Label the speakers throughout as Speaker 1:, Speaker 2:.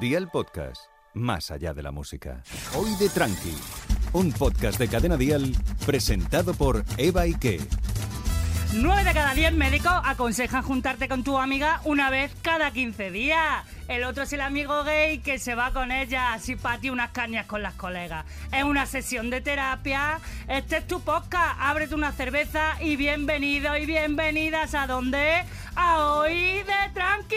Speaker 1: Día el podcast, más allá de la música. Hoy de Tranqui, un podcast de Cadena Dial presentado por Eva Ike.
Speaker 2: 9 de cada 10 médicos aconsejan juntarte con tu amiga una vez cada 15 días. El otro es el amigo gay que se va con ella, así para ti unas cañas con las colegas. Es una sesión de terapia. Este es tu podcast, ábrete una cerveza y bienvenido y bienvenidas a donde? A hoy de Tranqui.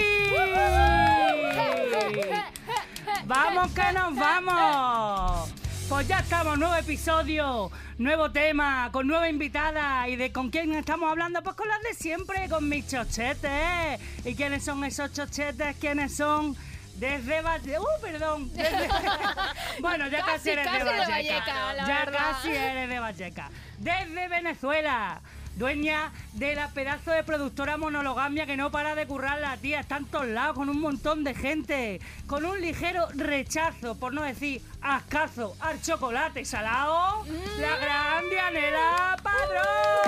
Speaker 2: Vamos que nos vamos. Pues ya estamos, nuevo episodio, nuevo tema, con nueva invitada. ¿Y de con quién estamos hablando? Pues con las de siempre, con mis chochetes. ¿Y quiénes son esos chochetes? ¿Quiénes son? Desde Vallecas. ¡Uh, perdón! Desde- bueno, ya casi,
Speaker 3: Casi,
Speaker 2: eres
Speaker 3: casi
Speaker 2: de
Speaker 3: de
Speaker 2: Vallecas.
Speaker 3: Vallecas, la
Speaker 2: ya
Speaker 3: verdad.
Speaker 2: casi eres de Vallecas. Desde Venezuela, dueña de la pedazo de productora monologamia que no para de currar la tía. Está en todos lados con un montón de gente. Con un ligero rechazo, por no decir ascazo, al chocolate salado.
Speaker 3: Mm.
Speaker 2: La gran Dianela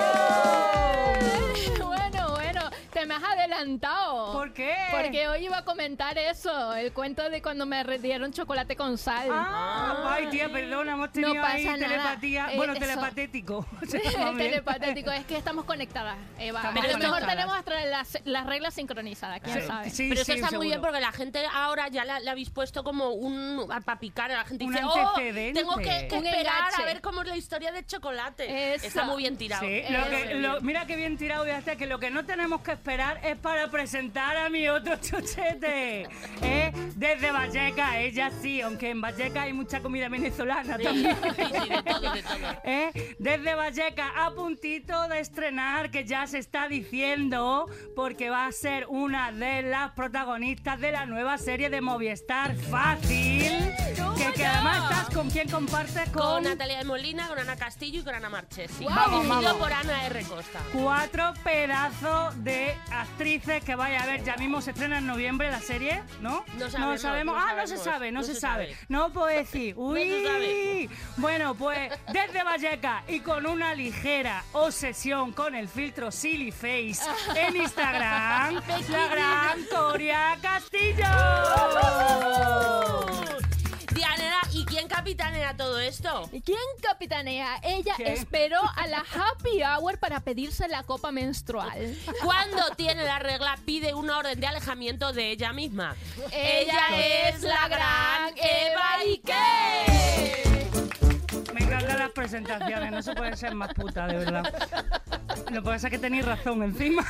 Speaker 2: Padrón.
Speaker 3: Bueno, bueno, te me has adelantado.
Speaker 2: ¿Por qué?
Speaker 3: Porque hoy iba a comentar eso, el cuento de cuando me re- dieron chocolate con sal.
Speaker 2: Ah, ay, tía, perdona, hemos tenido
Speaker 3: No pasa
Speaker 2: ahí
Speaker 3: nada.
Speaker 2: telepatía. bueno,
Speaker 3: Eh, eso.
Speaker 2: telepatético. se llama
Speaker 3: El
Speaker 2: bien.
Speaker 3: telepatético, es que estamos conectadas, Eva.
Speaker 2: Estamos
Speaker 3: a lo mejor
Speaker 4: conectadas.
Speaker 3: tenemos hasta las, las reglas sincronizadas, quién
Speaker 2: Sí,
Speaker 3: sabe.
Speaker 2: sí,
Speaker 4: Pero eso
Speaker 2: sí,
Speaker 4: está muy bien
Speaker 2: seguro.
Speaker 4: porque la gente ahora ya la, la habéis puesto como un. para picar a la gente. y
Speaker 2: Un
Speaker 4: dice, "Oh,
Speaker 2: antecedente".
Speaker 4: tengo que, que
Speaker 3: Un
Speaker 4: esperar
Speaker 3: enganche.
Speaker 4: a ver cómo es la historia de chocolate.
Speaker 3: Eso.
Speaker 4: Está muy bien tirado.
Speaker 2: Sí,
Speaker 4: Eh,
Speaker 2: lo
Speaker 3: Eh,
Speaker 2: que-
Speaker 3: muy
Speaker 2: lo- mira qué bien tirado ya está, que lo que no tenemos que esperar es para presentar a mi otro chochete. ¿eh? Desde Valleca, ella sí, aunque en Valleca hay mucha comida venezolana también.
Speaker 4: sí, sí, de todo, de todo.
Speaker 2: ¿eh? Desde Valleca, a puntito de estrenar, que ya se está diciendo, porque va a ser una de las protagonistas de la nueva serie de Movistar Fácil. Que, que
Speaker 3: ya!
Speaker 2: además estás con quien compartes
Speaker 4: Con Natalia de Molina, con Ana Castillo y con Ana Marchesi.
Speaker 2: Vamos,
Speaker 4: Dirigido
Speaker 2: vamos.
Speaker 4: por Ana R. Costa.
Speaker 2: Cuatro pedazos de actrices que vaya a ver. Ya mismo se estrena en noviembre la serie, ¿no?
Speaker 4: No sabemos, no
Speaker 2: ah, no se
Speaker 4: sabemos,
Speaker 2: sabe, no,
Speaker 4: no
Speaker 2: se,
Speaker 4: se
Speaker 2: sabe.
Speaker 4: sabe.
Speaker 2: No puedo decir. Uy.
Speaker 4: se sabe.
Speaker 2: Bueno, pues desde Valleca y con una ligera obsesión con el filtro Silly Face en Instagram, la gran Coria
Speaker 4: ¡Uh!
Speaker 2: Castillo.
Speaker 4: Dianela, ¿y quién capitanea todo esto?
Speaker 3: ¿Y ¿Quién capitanea? Ella
Speaker 2: ¿Qué?
Speaker 3: esperó a la happy hour para pedirse la copa menstrual.
Speaker 4: Cuando tiene la regla, pide una orden de alejamiento de ella misma. Ella es la gran Eva Ike.
Speaker 2: Me encantan las presentaciones, no se puede ser más puta, de verdad. Lo que pasa es que tenéis razón encima.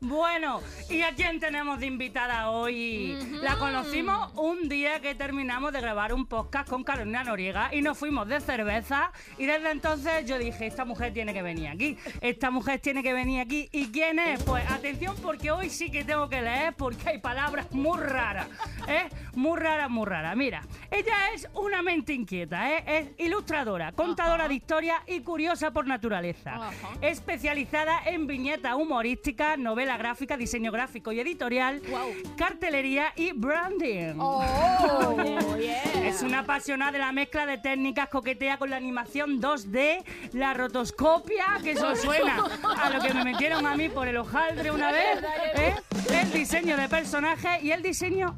Speaker 2: bueno, ¿y a quién tenemos de invitada hoy? La conocimos un día que terminamos de grabar un podcast con Carolina Noriega y nos fuimos de cerveza y desde entonces yo dije, esta mujer tiene que venir aquí, esta mujer tiene que venir aquí. ¿Y quién es? Pues atención porque hoy sí que tengo que leer porque hay palabras muy raras, ¿eh? Muy raras, muy raras. Mira, ella es una mente inquieta, ¿eh? Es ilustradora, contadora de historias y curiosa por naturaleza.
Speaker 3: Ajá.
Speaker 2: Especializada en viñeta humorística, novela gráfica, diseño gráfico y editorial,
Speaker 3: Guau.
Speaker 2: cartelería y branding.
Speaker 3: Oh, yeah.
Speaker 2: Es una apasionada de la mezcla de técnicas, coquetea con la animación 2D, la rotoscopia, que eso suena a lo que me metieron a mí por el hojaldre una vez, ¿eh? el diseño de personajes y el diseño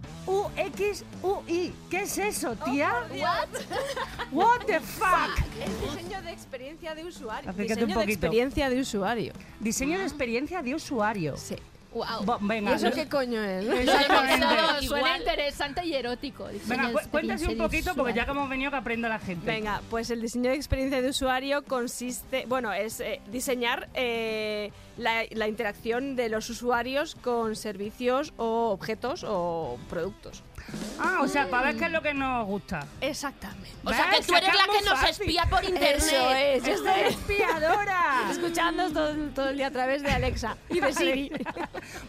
Speaker 2: UX-UI. ¿Qué es eso, tía? What the fuck?
Speaker 5: Es diseño de experiencia de usuario.
Speaker 2: Acércate
Speaker 5: diseño
Speaker 2: un
Speaker 5: de
Speaker 2: poquito.
Speaker 5: experiencia de usuario.
Speaker 2: Diseño de experiencia de usuario.
Speaker 5: Sí.
Speaker 3: Wow.
Speaker 2: Va-
Speaker 5: ¿Y
Speaker 2: venga,
Speaker 5: eso
Speaker 2: lo-
Speaker 5: qué coño es?
Speaker 3: Suena
Speaker 4: Igual.
Speaker 3: interesante y erótico.
Speaker 2: venga, cu- cuéntase un poquito porque ya que
Speaker 3: como
Speaker 2: hemos venido que aprenda la gente.
Speaker 5: Venga, pues el diseño de experiencia de usuario consiste, bueno, es eh, diseñar eh, la, la interacción de los usuarios con servicios o objetos o productos.
Speaker 2: Ah, o sea, para ver qué es lo que nos gusta.
Speaker 5: Exactamente.
Speaker 4: O sea,
Speaker 2: ¿Ves?
Speaker 4: que tú eres la
Speaker 2: Sacarlo
Speaker 4: que nos
Speaker 2: fácil.
Speaker 4: espía por internet.
Speaker 5: Eso es, yo
Speaker 2: ¡Esta
Speaker 5: estoy
Speaker 2: espiadora!
Speaker 5: escuchando todo, todo el día a través de Alexa y de Siri.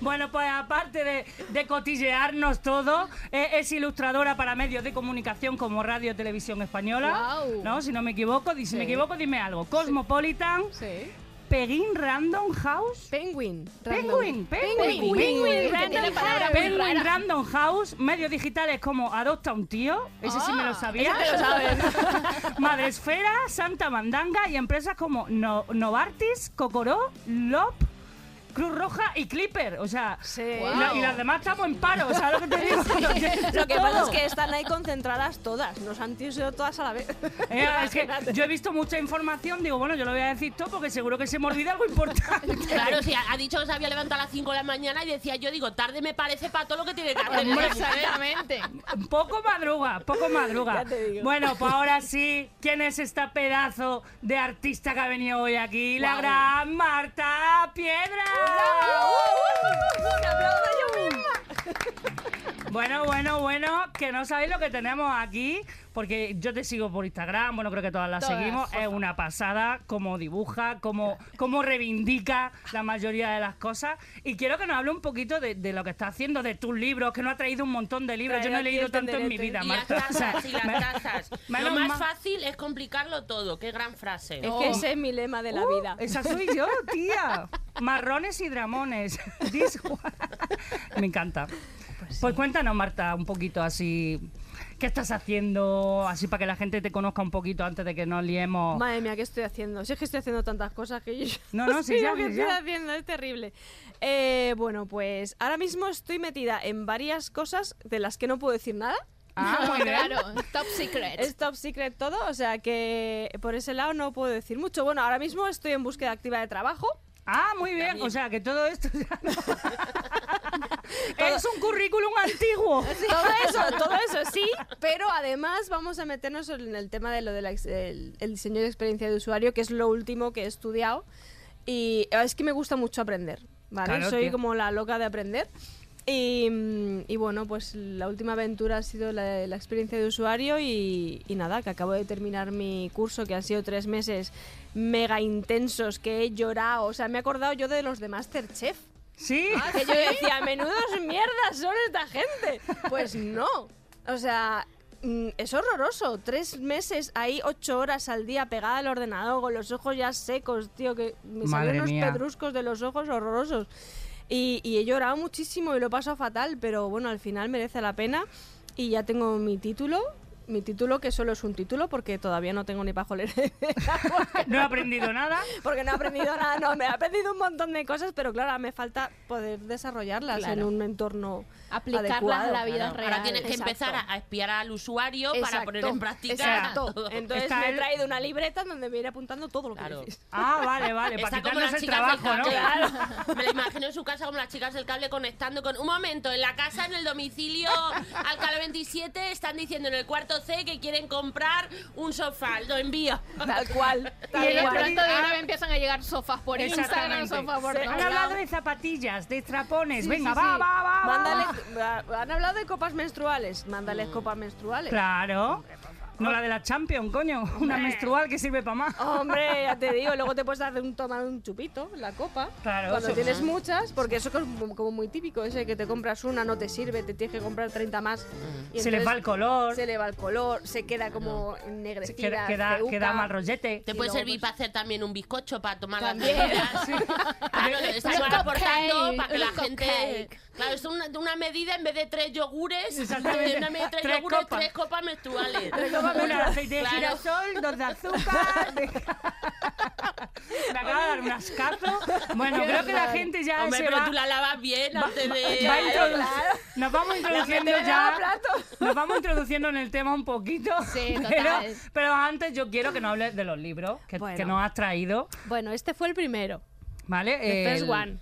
Speaker 2: Bueno, pues aparte de, de cotillearnos todo, eh, es ilustradora para medios de comunicación como Radio Televisión Española.
Speaker 3: Guau.
Speaker 2: No, si no me equivoco, di- si me
Speaker 5: Sí.
Speaker 2: equivoco, dime algo. Cosmopolitan,
Speaker 5: Sí.
Speaker 2: Peguin Random House.
Speaker 5: Penguin.
Speaker 2: Penguin, Penguin, Penguin,
Speaker 3: Penguin, que tiene
Speaker 2: Random
Speaker 3: palabras
Speaker 2: House.
Speaker 3: muy
Speaker 2: Penguin
Speaker 3: raras.
Speaker 2: Random House, medios digitales como Adopta un tío, ese sí me lo
Speaker 3: Ah,
Speaker 2: sabía.
Speaker 3: ese te lo
Speaker 2: Madre Esfera, Santa Mandanga y empresas como No- Novartis, Cocoró, Lop Cruz Roja y Clipper. O sea,
Speaker 5: Sí.
Speaker 2: y, la- y las demás estamos en paro, ¿sabes lo que te digo?
Speaker 5: Lo que pasa es
Speaker 2: Todo.
Speaker 5: que están ahí concentradas todas, nos han sido todas a la vez.
Speaker 2: Eh, es que yo he visto mucha información, digo, bueno, yo lo voy a decir todo porque seguro que se me olvida algo importante.
Speaker 4: Claro, si ha ha dicho que se había levantado a las 5 de la mañana y decía, yo digo, tarde me parece para todo lo que tiene que hacer.
Speaker 3: Hombre,
Speaker 4: esta mujer.
Speaker 3: Exactamente.
Speaker 2: Poco madruga, poco madruga.
Speaker 5: Ya te digo.
Speaker 2: Bueno, pues ahora sí, ¿quién es esta pedazo de artista que ha venido hoy aquí? La
Speaker 4: Guau.
Speaker 2: gran Marta Piedra.
Speaker 5: ¡Me aplaudo yo misma!
Speaker 2: Bueno, bueno, bueno, que no sabéis lo que tenemos aquí, porque yo te sigo por Instagram, bueno, creo que todas las
Speaker 3: Todas,
Speaker 2: seguimos.
Speaker 3: por
Speaker 2: Es una pasada cómo dibuja, cómo, cómo reivindica la mayoría de las cosas. Y quiero que nos hable un poquito de, de lo que está haciendo, de tus libros, que no ha traído un montón de libros.
Speaker 5: Traer
Speaker 2: Yo no he
Speaker 5: aquí
Speaker 2: leído
Speaker 5: el
Speaker 2: tanto en mi vida,
Speaker 5: tenderete.
Speaker 4: Y las
Speaker 2: Marta. O sea,
Speaker 4: tazas, y las
Speaker 2: me-
Speaker 4: tazas. Lo
Speaker 2: menos
Speaker 4: más
Speaker 2: mal-
Speaker 4: fácil es complicarlo todo. Qué gran frase.
Speaker 5: Es que ese es mi lema de la
Speaker 2: Uh,
Speaker 5: vida.
Speaker 2: Esa soy yo, tía. Marrones y dramones. This one. Me encanta. Pues, cuéntanos, Marta, un poquito así. ¿Qué estás haciendo? Así para que la gente te conozca un poquito antes de que nos liemos.
Speaker 5: Madre mía, ¿qué estoy haciendo? Si es que estoy haciendo tantas cosas que yo...
Speaker 2: No, no, sí,
Speaker 5: sé
Speaker 2: ya,
Speaker 5: lo que
Speaker 2: ya.
Speaker 5: estoy haciendo, es terrible. Eh, bueno, pues ahora mismo estoy metida en varias cosas de las que no puedo decir nada.
Speaker 2: Ah, muy bien.
Speaker 3: claro, top secret.
Speaker 5: Es top secret todo, o sea que por ese lado no puedo decir mucho. Bueno, ahora mismo estoy en búsqueda activa de trabajo.
Speaker 2: Ah, muy bien. O sea, que todo esto ya no- es un currículum antiguo.
Speaker 5: Todo eso, todo eso sí, pero además vamos a meternos en el tema de lo del el diseño de experiencia de usuario, que es lo último que he estudiado. Y es que me gusta mucho aprender, ¿vale?
Speaker 2: Claro,
Speaker 5: Soy
Speaker 2: tía.
Speaker 5: como la loca de aprender. Y, mm, y bueno, pues la última aventura ha sido la, de la experiencia de usuario y, y nada, que acabo de terminar mi curso, que han sido tres meses mega intensos, que he llorado, o sea, me he acordado yo de los de Masterchef.
Speaker 2: Sí.
Speaker 5: Ah, Que yo decía, menudos mierdas son esta gente. Pues no. O sea, mm, es horroroso. Tres meses ahí, ocho horas al día pegada al ordenador, con los ojos ya secos, tío, que me
Speaker 2: Madre
Speaker 5: salieron unos
Speaker 2: mía.
Speaker 5: pedruscos de los ojos horrorosos. Y, y he llorado muchísimo y lo paso fatal, pero bueno, al final merece la pena. Y ya tengo mi título. Mi título, que solo es un título, porque todavía no tengo ni pajolera.
Speaker 2: No he aprendido nada.
Speaker 5: Porque no he aprendido nada, no, me he aprendido un montón de cosas, pero claro, me falta poder desarrollarlas
Speaker 3: Claro.
Speaker 5: en un entorno
Speaker 3: Aplicarlas
Speaker 5: adecuado,
Speaker 3: a la vida
Speaker 5: claro.
Speaker 3: real.
Speaker 4: Ahora tienes que
Speaker 5: Exacto.
Speaker 4: empezar a, a espiar al usuario para
Speaker 5: Exacto,
Speaker 4: poner en práctica
Speaker 5: Exacto.
Speaker 4: todo.
Speaker 5: Entonces
Speaker 2: Está
Speaker 5: me he
Speaker 2: el-
Speaker 5: traído una libreta donde me iré apuntando todo lo que
Speaker 4: Claro.
Speaker 5: dices.
Speaker 2: Ah, vale, vale.
Speaker 4: Está
Speaker 2: Para
Speaker 4: como
Speaker 2: quitarnos
Speaker 4: las
Speaker 2: el
Speaker 4: chicas
Speaker 2: trabajo,
Speaker 4: del
Speaker 2: ¿no?
Speaker 4: cable. Me la imagino en su casa como las chicas del cable conectando con... Un momento, en la casa, en el domicilio Alcalá 27, están diciendo en el cuarto C que quieren comprar un sofá. Lo envío.
Speaker 5: Tal cual.
Speaker 3: Y
Speaker 5: Tal
Speaker 3: en el
Speaker 5: cual.
Speaker 3: pronto de
Speaker 2: Ah.
Speaker 3: una vez empiezan a llegar sofás por Instagram,
Speaker 2: Exactamente.
Speaker 3: sofás por
Speaker 5: Sí.
Speaker 3: todos
Speaker 2: Han hablado
Speaker 3: lados.
Speaker 2: de zapatillas, de trapones.
Speaker 5: Sí,
Speaker 2: Venga,
Speaker 5: sí,
Speaker 2: va,
Speaker 5: sí.
Speaker 2: va, va, va.
Speaker 5: Mándale, va- han hablado de copas menstruales. Mándales copas menstruales.
Speaker 2: Mm. Claro. No la de la Champion, coño. Una menstrual que sirve para más.
Speaker 5: Hombre, ya te digo, luego te puedes dar un, tomar un chupito, la copa.
Speaker 2: Claro,
Speaker 5: Cuando
Speaker 2: eso.
Speaker 5: tienes muchas, porque eso es como, como muy típico, ese que te compras una, no te sirve, te tienes que comprar 30 más. Y
Speaker 2: Mm. Se le
Speaker 5: entonces
Speaker 2: va el color,
Speaker 5: Se le va el color, se queda como ennegrecida.
Speaker 2: se queda, queda,
Speaker 5: feuca.
Speaker 2: queda mal
Speaker 4: Te
Speaker 2: rollete.
Speaker 5: Y
Speaker 4: puede
Speaker 5: luego,
Speaker 4: servir
Speaker 5: pues-
Speaker 4: para hacer también un bizcocho, para tomar
Speaker 5: También.
Speaker 4: las medidas. Claro, lo estamos
Speaker 3: Un
Speaker 4: aportando
Speaker 3: cupcake,
Speaker 4: para que la
Speaker 3: un
Speaker 4: gente...
Speaker 3: cupcake.
Speaker 4: Claro, es una, una medida en vez de tres yogures,
Speaker 2: Exactamente.
Speaker 4: una medida de tres,
Speaker 2: Tres
Speaker 4: yogures,
Speaker 2: copas.
Speaker 4: tres copas menstruales.
Speaker 2: Una de aceite de
Speaker 4: Claro.
Speaker 2: girasol, dos de azúcar. de- Me acaba de dar un ascazo. Bueno, creo que la gente ya
Speaker 4: Hombre,
Speaker 2: se
Speaker 4: pero
Speaker 2: va,
Speaker 4: tú la lavas bien antes de...
Speaker 2: va introdu- Nos vamos introduciendo
Speaker 5: me daba
Speaker 2: ya.
Speaker 5: plato.
Speaker 2: Nos vamos introduciendo en el tema un poquito.
Speaker 3: Sí,
Speaker 2: pero,
Speaker 3: total.
Speaker 2: pero antes yo quiero que nos hables de los libros que,
Speaker 5: Bueno.
Speaker 2: que nos has traído.
Speaker 5: Bueno, este fue el primero.
Speaker 2: ¿Vale?
Speaker 5: El
Speaker 2: El-
Speaker 5: first one.
Speaker 2: el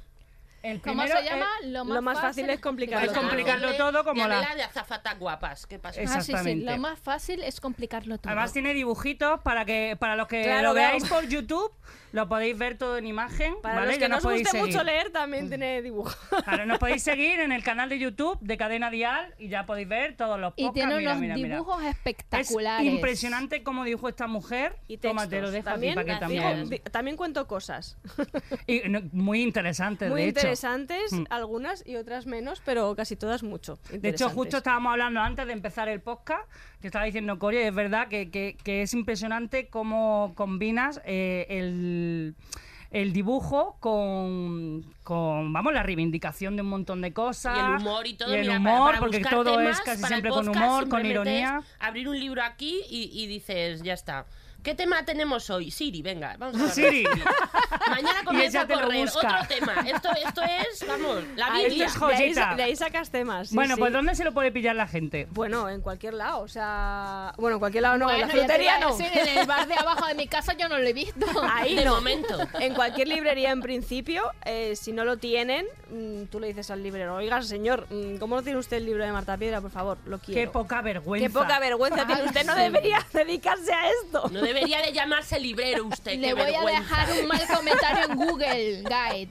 Speaker 3: Este ¿Cómo
Speaker 2: primero eh,
Speaker 3: se llama?
Speaker 2: es-
Speaker 3: Lo más,
Speaker 5: lo más fácil es complicarlo
Speaker 2: Es complicarlo todo como la-
Speaker 4: la... de azafatas guapas. ¿Qué pasa?
Speaker 2: Es-
Speaker 3: Ah, sí, sí.
Speaker 2: Exactamente.
Speaker 3: Lo más fácil es complicarlo todo.
Speaker 2: Además tiene dibujitos para que para los que
Speaker 5: Claro,
Speaker 2: lo
Speaker 5: claro.
Speaker 2: veáis por YouTube lo podéis ver todo en imagen,
Speaker 5: Para
Speaker 2: ¿vale?
Speaker 5: los
Speaker 2: Ya
Speaker 5: que nos
Speaker 2: podéis
Speaker 5: guste
Speaker 2: seguir. Mm.
Speaker 5: mucho leer, también tiene dibujo.
Speaker 2: Claro, nos podéis seguir en el canal de YouTube de Cadena Dial y ya podéis ver todos los
Speaker 3: y
Speaker 2: podcasts.
Speaker 3: tiene
Speaker 2: Mira,
Speaker 3: unos
Speaker 2: mira, mira.
Speaker 3: dibujos
Speaker 2: Es
Speaker 3: espectaculares.
Speaker 2: impresionante cómo dibujó esta mujer.
Speaker 5: Y
Speaker 2: Tómate, lo
Speaker 5: textos.
Speaker 2: dejo
Speaker 5: también,
Speaker 2: aquí para que
Speaker 5: digo,
Speaker 2: también.
Speaker 5: di- también cuento cosas.
Speaker 2: Y, no, muy interesante,
Speaker 5: Muy
Speaker 2: de hecho.
Speaker 5: interesantes,
Speaker 2: Mm.
Speaker 5: algunas y otras menos, pero casi todas mucho.
Speaker 2: De hecho,
Speaker 5: interesantes.
Speaker 2: justo estábamos hablando antes de empezar el podcast. Yo estaba diciendo, Cori, es verdad que, que- que es impresionante cómo combinas eh, el, el dibujo con, con, vamos, la reivindicación de un montón de cosas.
Speaker 4: Y el humor y todo.
Speaker 2: Y el
Speaker 4: mira, para-
Speaker 2: humor,
Speaker 4: para
Speaker 2: porque
Speaker 4: buscar
Speaker 2: todo
Speaker 4: temas
Speaker 2: es casi
Speaker 4: para el
Speaker 2: siempre con
Speaker 4: podcast,
Speaker 2: humor, con
Speaker 4: simplemente
Speaker 2: ironía.
Speaker 4: es Abrir un libro aquí y, y dices, ya está. ¿Qué tema tenemos hoy? Siri, venga, vamos a hablar de
Speaker 2: Siri.
Speaker 4: Mañana
Speaker 2: Y
Speaker 4: comienza
Speaker 2: ella
Speaker 4: a
Speaker 2: te lo
Speaker 4: correr.
Speaker 2: busca.
Speaker 4: Otro tema. Esto, esto es, vamos, la
Speaker 5: Ah, esto
Speaker 4: Biblia.
Speaker 5: es joyita. De
Speaker 2: joyita.
Speaker 5: ahí, de ahí sacas temas. sí,
Speaker 2: bueno,
Speaker 5: sí.
Speaker 2: pues ¿dónde se lo puede pillar la gente?
Speaker 5: Bueno, en cualquier lado, o sea... Bueno, en cualquier lado no, en
Speaker 3: Bueno, ya
Speaker 5: la
Speaker 3: te
Speaker 5: frutería
Speaker 3: iba a
Speaker 5: no.
Speaker 3: decir, en el bar de abajo de mi casa yo no lo he visto.
Speaker 5: Ahí
Speaker 4: De
Speaker 5: no.
Speaker 4: momento.
Speaker 5: En cualquier librería, en principio, eh, si no lo tienen, mm, tú le dices al librero, oiga, señor, mm, ¿cómo no tiene usted el libro de Marta Piedra, por favor? Lo quiero.
Speaker 2: Qué poca vergüenza.
Speaker 5: Qué poca vergüenza tiene usted, no debería dedicarse a esto.
Speaker 4: No debería de llamarse librero usted.
Speaker 3: Le
Speaker 4: qué
Speaker 3: voy a
Speaker 4: vergüenza.
Speaker 3: dejar un mal comentario en Google Guide.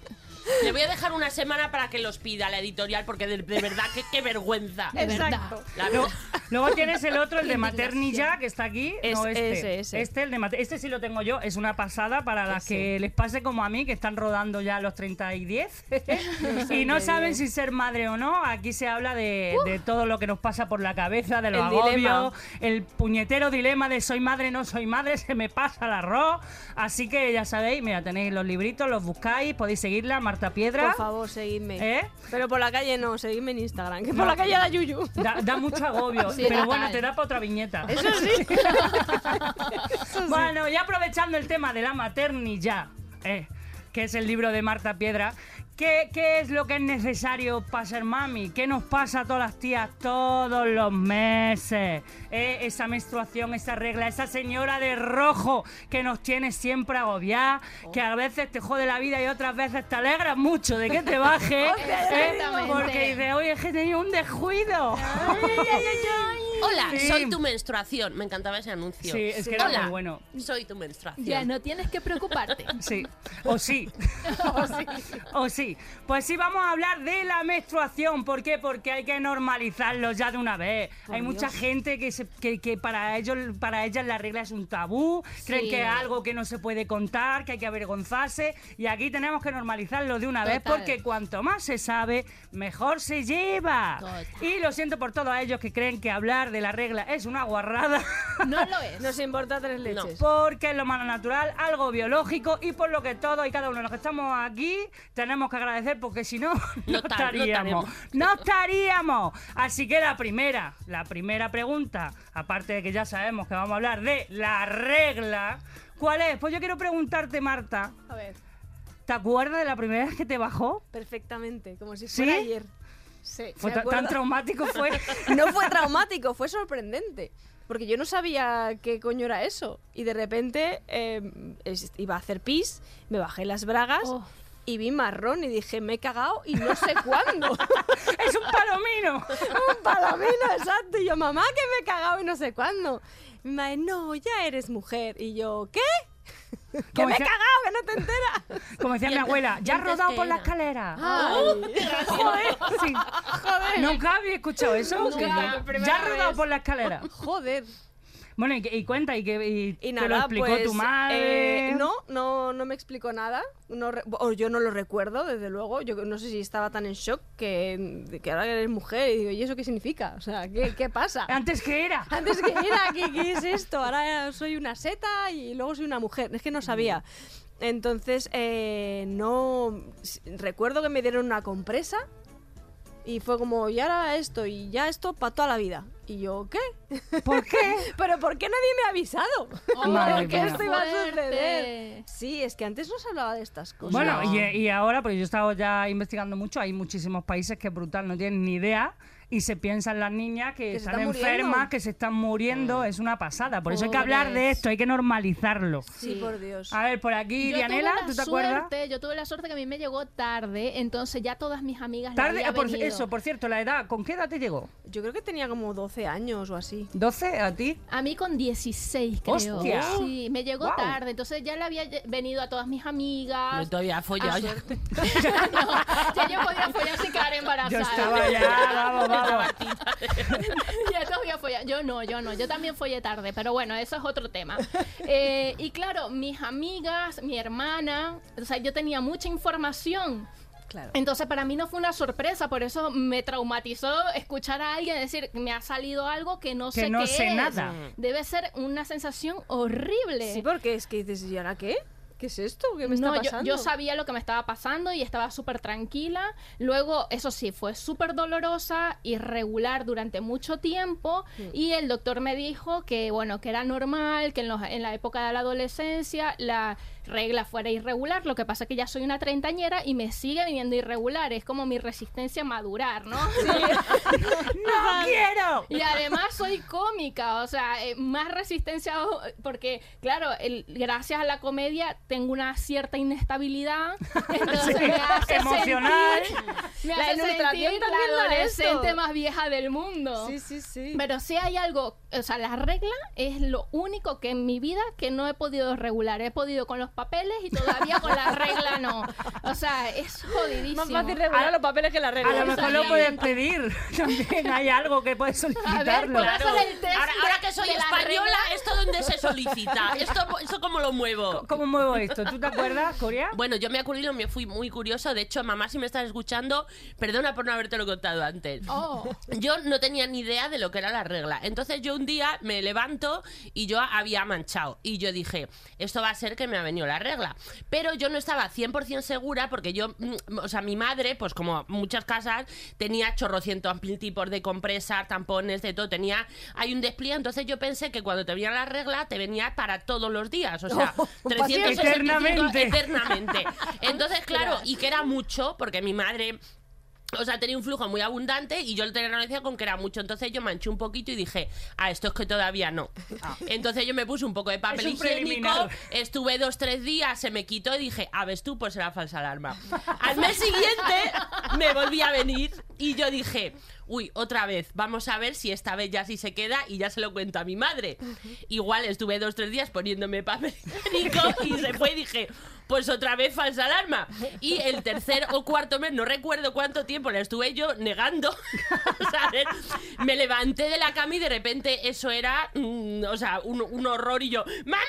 Speaker 4: Le voy a dejar una semana para que los pida la editorial, porque de, de verdad que qué vergüenza.
Speaker 3: De verdad.
Speaker 5: Exacto.
Speaker 4: La
Speaker 2: Luego,
Speaker 4: verdad.
Speaker 2: luego tienes el otro, el de Maternilla,
Speaker 3: Indignación.
Speaker 2: que está aquí.
Speaker 5: Es-
Speaker 2: no, este.
Speaker 5: ese, ese.
Speaker 2: Este, el de Mater- este sí lo tengo yo. Es una pasada para las
Speaker 5: Ese.
Speaker 2: que les pase como a mí, que están rodando ya a los 30 y 10. y no saben si ser madre o no. Aquí se habla de, de todo lo que nos pasa por la cabeza, de los
Speaker 5: Uh. El
Speaker 2: agobios,
Speaker 5: dilema.
Speaker 2: el puñetero dilema de soy madre, no soy madre, se me pasa el arroz. Así que ya sabéis, mira, tenéis los libritos, los buscáis, podéis seguirla, Marta Piedra.
Speaker 5: Por favor, seguidme.
Speaker 2: ¿Eh?
Speaker 5: Pero por la calle no, seguidme en Instagram, que por la calle da Yuyu.
Speaker 2: Da, da mucho agobio,
Speaker 3: Sí,
Speaker 2: pero
Speaker 3: total.
Speaker 2: bueno, te da para otra viñeta.
Speaker 5: Eso sí. Eso sí.
Speaker 2: Bueno, y aprovechando el tema de la maternidad, eh, que es el libro de Marta Piedra, ¿qué, qué es lo que es necesario para ser mami? ¿Qué nos pasa a todas las tías todos los meses? Eh, esa menstruación, esa regla, esa señora de rojo que nos tiene siempre agobiada,
Speaker 5: Oh.
Speaker 2: que a veces te jode la vida y otras veces te alegras mucho de que te baje. eh,
Speaker 3: Exactamente.
Speaker 2: porque dices, oye, es que he tenido un descuido.
Speaker 4: Hola,
Speaker 2: Sí.
Speaker 4: soy tu menstruación. Me encantaba ese anuncio.
Speaker 2: Sí, es que era
Speaker 4: Hola,
Speaker 2: muy bueno.
Speaker 4: Soy tu menstruación.
Speaker 3: Ya no tienes que preocuparte.
Speaker 2: Sí, o sí. o sí. Pues sí, vamos a hablar de la menstruación. ¿Por qué? Porque hay que normalizarlo ya de una vez. hay mucha gente que, se- que, que para ellos, para ellas la regla es un tabú, creen que es algo que no se puede contar, que hay que avergonzarse. Y aquí tenemos que normalizarlo de una vez
Speaker 3: Total.
Speaker 2: porque cuanto más se sabe, mejor se lleva.
Speaker 3: Total.
Speaker 2: Y lo siento por todos ellos que creen que hablar de la regla es una guarrada.
Speaker 3: No lo es.
Speaker 5: Nos importa tres leches.
Speaker 2: Porque es lo más natural, algo biológico y por lo que todos y cada uno de los que estamos aquí tenemos que agradecer porque si no, no
Speaker 4: No ta- no
Speaker 2: estaríamos. No estaríamos. Así que la primera, la primera pregunta, aparte de que ya sabemos que vamos a hablar de la regla, ¿cuál es? Pues yo quiero preguntarte, Marta,
Speaker 3: A ver.
Speaker 2: ¿te acuerdas de la primera vez que te bajó?
Speaker 5: Perfectamente, como si
Speaker 2: ¿Sí?
Speaker 5: fuera ayer.
Speaker 3: Sí.
Speaker 2: Fue
Speaker 5: Me
Speaker 2: ta- tan
Speaker 5: acuerdo.
Speaker 2: traumático fue.
Speaker 5: No fue traumático, fue sorprendente. Porque yo no sabía qué coño era eso. Y de repente eh, es- iba a hacer pis, me bajé las bragas
Speaker 3: Oh.
Speaker 5: y vi marrón y dije, me he cagado y no sé cuándo.
Speaker 2: es un palomino.
Speaker 5: Un palomino, exacto. Y yo, mamá, que me he cagado y no sé cuándo. Mi madre, no, ya eres mujer. Y yo, ¿qué? Que
Speaker 2: Como
Speaker 5: me he
Speaker 2: decía-
Speaker 5: cagado, que no te enteras.
Speaker 2: Como decía mi abuela, ya has
Speaker 4: Mientras
Speaker 2: rodado
Speaker 4: que
Speaker 2: por la
Speaker 4: era.
Speaker 2: escalera.
Speaker 4: Joder.
Speaker 2: Sí. Nunca había escuchado eso.
Speaker 4: Nunca,
Speaker 2: Ya-
Speaker 3: primera
Speaker 2: ya has rodado
Speaker 3: vez.
Speaker 2: por la escalera.
Speaker 5: Joder.
Speaker 2: Bueno, y, que- y cuenta, y que y
Speaker 5: Y
Speaker 2: te
Speaker 5: nada,
Speaker 2: lo explicó
Speaker 5: pues,
Speaker 2: tu madre.
Speaker 5: eh, no, no, no me explicó nada. No re- o yo no lo recuerdo, desde luego. Yo no sé si estaba tan en shock que, de que ahora eres mujer. Y digo, ¿y eso qué significa? O sea, ¿qué, qué pasa?
Speaker 2: Antes que era.
Speaker 5: Antes que era, ¿qué, qué es esto? Ahora soy una seta y luego soy una mujer. Es que no sabía. Entonces, eh, no. s- Recuerdo que me dieron una compresa y fue como, y ahora esto, y ya esto para toda la vida. Y yo, ¿qué?
Speaker 2: ¿Por qué?
Speaker 5: ¿Pero por qué nadie me ha avisado?
Speaker 2: Madre
Speaker 5: ¿Por qué
Speaker 2: mía.
Speaker 5: esto iba a
Speaker 3: Fuerte.
Speaker 5: suceder? Sí, es que antes no se hablaba de estas cosas.
Speaker 2: Bueno, y, y ahora, porque yo he estado ya investigando mucho, hay muchísimos países que es brutal, no tienen ni idea. Y se piensan las niñas que,
Speaker 5: se
Speaker 2: están,
Speaker 5: están muriendo.
Speaker 2: enfermas, que se están muriendo. Es una pasada. Por eso hay que
Speaker 3: Pobres.
Speaker 2: hablar de esto, hay que normalizarlo.
Speaker 5: Sí, por Dios.
Speaker 2: A ver, por aquí,
Speaker 3: Yo
Speaker 2: Dianela,
Speaker 3: tuve la
Speaker 2: ¿tú te acuerdas?
Speaker 3: suerte, Yo tuve la suerte que a mí me llegó tarde, entonces ya todas mis amigas la
Speaker 2: Tarde,
Speaker 3: había
Speaker 2: ah, por,
Speaker 3: venido.
Speaker 2: eso, por cierto, la edad, ¿con qué edad te llegó?
Speaker 5: Yo creo que tenía como 12 años o así.
Speaker 2: ¿12 a ti?
Speaker 3: A mí con 16, creo.
Speaker 2: Hostia.
Speaker 3: Sí, me llegó
Speaker 2: Guau.
Speaker 3: tarde, entonces ya le había lle- venido a todas mis amigas.
Speaker 4: Yo todavía he follado.
Speaker 3: Ah, No, ya yo podía follar sin quedar embarazada.
Speaker 2: Yo estaba ya, vamos, vamos.
Speaker 3: Ya todavía follaba. Yo no, yo no. Yo también follé tarde, pero bueno, eso es otro tema. Eh, y claro, mis amigas, mi hermana, o sea, yo tenía mucha información.
Speaker 5: Claro.
Speaker 3: Entonces para mí no fue una sorpresa, por eso me traumatizó escuchar a alguien decir, me ha salido algo que no
Speaker 2: Que
Speaker 3: sé
Speaker 2: no
Speaker 3: qué
Speaker 2: sé
Speaker 3: es".
Speaker 2: nada.
Speaker 3: Debe ser una sensación horrible.
Speaker 5: Sí, porque es que dices, ¿y ahora qué? ¿Qué es esto? ¿Qué me
Speaker 3: no,
Speaker 5: está
Speaker 3: yo-
Speaker 5: pasando?
Speaker 3: Yo, sabía lo que me estaba pasando y estaba súper tranquila. Luego, eso sí, fue súper dolorosa, irregular durante mucho tiempo. Y el doctor me dijo que, bueno, que era normal, que en, los- en la época de la adolescencia la regla fuera irregular. Lo que pasa es que ya soy una treintañera y me sigue viniendo irregular. Es como mi resistencia a madurar, ¿no?
Speaker 2: ¡No quiero!
Speaker 3: Y además soy cómica, o sea, eh, más resistencia, o- porque claro, el- gracias a la comedia tengo una cierta inestabilidad entonces me hace
Speaker 2: Emocional.
Speaker 3: sentir- me
Speaker 5: La
Speaker 3: hace
Speaker 5: ilustración
Speaker 3: sentir
Speaker 5: también
Speaker 3: la
Speaker 5: da esto.
Speaker 3: adolescente más vieja del mundo.
Speaker 5: Sí, sí, sí.
Speaker 3: Pero si hay algo, o sea, la regla es lo único que en mi vida que no he podido regular. He podido con los papeles y todavía con la regla no. O sea, es jodidísimo.
Speaker 5: Más fácil regular
Speaker 2: A-
Speaker 5: los papeles que la
Speaker 2: A
Speaker 5: regla.
Speaker 2: lo mejor lo puedes pedir. También hay algo que puedes
Speaker 3: A ver,
Speaker 2: solicitarlo.
Speaker 3: por eso es el test
Speaker 4: Ahora,
Speaker 3: de-
Speaker 4: ahora que soy
Speaker 3: de la
Speaker 4: española,
Speaker 3: regla.
Speaker 4: ¿esto dónde se solicita? ¿Esto, esto cómo lo muevo?
Speaker 2: ¿Cómo muevo esto? ¿Tú te acuerdas, Corea?
Speaker 4: Bueno, yo me acuerdo, me fui muy curioso. De hecho, mamá, si me estás escuchando, perdona por no habértelo contado antes.
Speaker 3: Oh.
Speaker 4: Yo no tenía ni idea de lo que era la regla. Entonces yo un día me levanto y yo había manchado. Y yo dije, esto va a ser que me ha venido la regla. Pero yo no estaba 100% segura porque yo, mm, o sea, mi madre, pues como muchas casas, tenía chorrocientos mil tipos de compresas, tampones, de todo. Tenía, hay un despliegue. Entonces yo pensé que cuando te venía la regla, te venía para todos los días. O sea,
Speaker 2: paciente.
Speaker 4: 365
Speaker 2: Eternamente.
Speaker 4: eternamente. Entonces, claro, y que era mucho porque mi madre o sea, tenía un flujo muy abundante y yo lo tenía renuncia con que era mucho. Entonces yo manché un poquito y dije, ah, esto es que todavía no. Entonces yo me puse un poco de papel
Speaker 2: Ah. Es un
Speaker 4: higiénico,
Speaker 2: preliminar.
Speaker 4: estuve dos, tres días, se me quitó y dije, a ves tú, pues era falsa alarma. Al mes siguiente me volví a venir y yo dije, uy, otra vez, vamos a ver si esta vez ya sí se queda y ya se lo cuento a mi madre. Igual estuve dos, tres días poniéndome papel higiénico y se fue y dije, pues otra vez falsa alarma. Y el tercer o cuarto mes, no recuerdo cuánto tiempo la estuve yo negando, ¿sabes? Me levanté de la cama y de repente eso era, mm, o sea, un, un horror y yo, ¡Mamá!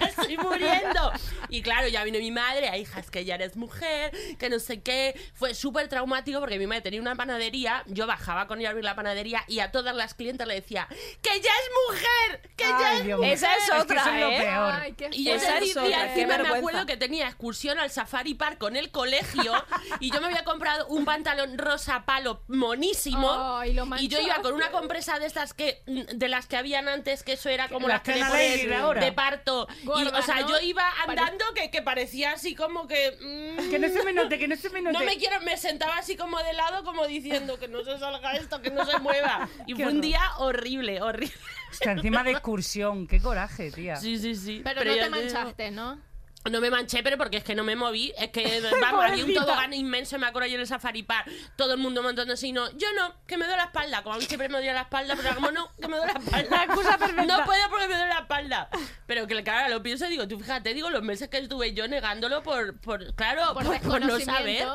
Speaker 4: ¡Me estoy muriendo! Y claro, ya vino mi madre, "Ay, hija, es que ya eres mujer, que no sé qué. Fue súper traumático porque mi madre tenía una panadería, yo bajaba con ella a abrir la panadería y a todas las clientes le decía, ¡Que ya es mujer! ¡Que ya
Speaker 2: Ay,
Speaker 4: es
Speaker 2: Dios mío.
Speaker 5: Esa es
Speaker 2: que
Speaker 5: otra,
Speaker 2: eso es lo
Speaker 5: ¿eh?
Speaker 2: peor.
Speaker 3: Ay, qué
Speaker 4: y yo
Speaker 5: Esa
Speaker 4: ese
Speaker 5: es
Speaker 4: día
Speaker 5: otra, qué
Speaker 4: encima me
Speaker 5: vergüenza.
Speaker 4: acuerdo que tenía excursión al Safari Park con el colegio y yo me había comprado un pantalón rosa palo monísimo
Speaker 3: Ay, lo
Speaker 4: y yo iba con una compresa de estas que mm, de las que habían antes que eso era como
Speaker 2: Las
Speaker 4: las que
Speaker 2: que
Speaker 4: le
Speaker 2: la
Speaker 4: ponen
Speaker 2: lady de ahora.
Speaker 4: de parto Y,
Speaker 3: Gorda,
Speaker 4: o sea
Speaker 3: ¿no?
Speaker 4: yo iba andando que, que parecía así como que mm,
Speaker 2: Que no se me note, que no se me note.
Speaker 4: no me quiero, me sentaba así como de lado, como diciendo que no se salga esto, que no se mueva. Y
Speaker 2: Qué
Speaker 4: fue un
Speaker 2: horror.
Speaker 4: día horrible, horrible.
Speaker 2: Está encima de excursión. Qué coraje, tía.
Speaker 4: Sí, sí, sí.
Speaker 3: Pero, no
Speaker 4: ya
Speaker 3: te
Speaker 4: digo-
Speaker 3: manchaste, ¿no?
Speaker 4: No me manché, pero porque es que no me moví. Es que, vamos, había un
Speaker 2: Pobrecita.
Speaker 4: tobogán inmenso, me acuerdo yo en el safari park. Todo el mundo montando así, no. Yo no, que me duele la espalda. Como a mí siempre me duele la espalda, pero como no, que me duele la espalda.
Speaker 2: La excusa perfecta.
Speaker 4: No puedo porque me duele la espalda. Pero que, claro, lo pienso y digo, tú fíjate, digo, los meses que estuve yo negándolo por, por claro,
Speaker 3: Por
Speaker 4: por, por no
Speaker 3: desconocimiento.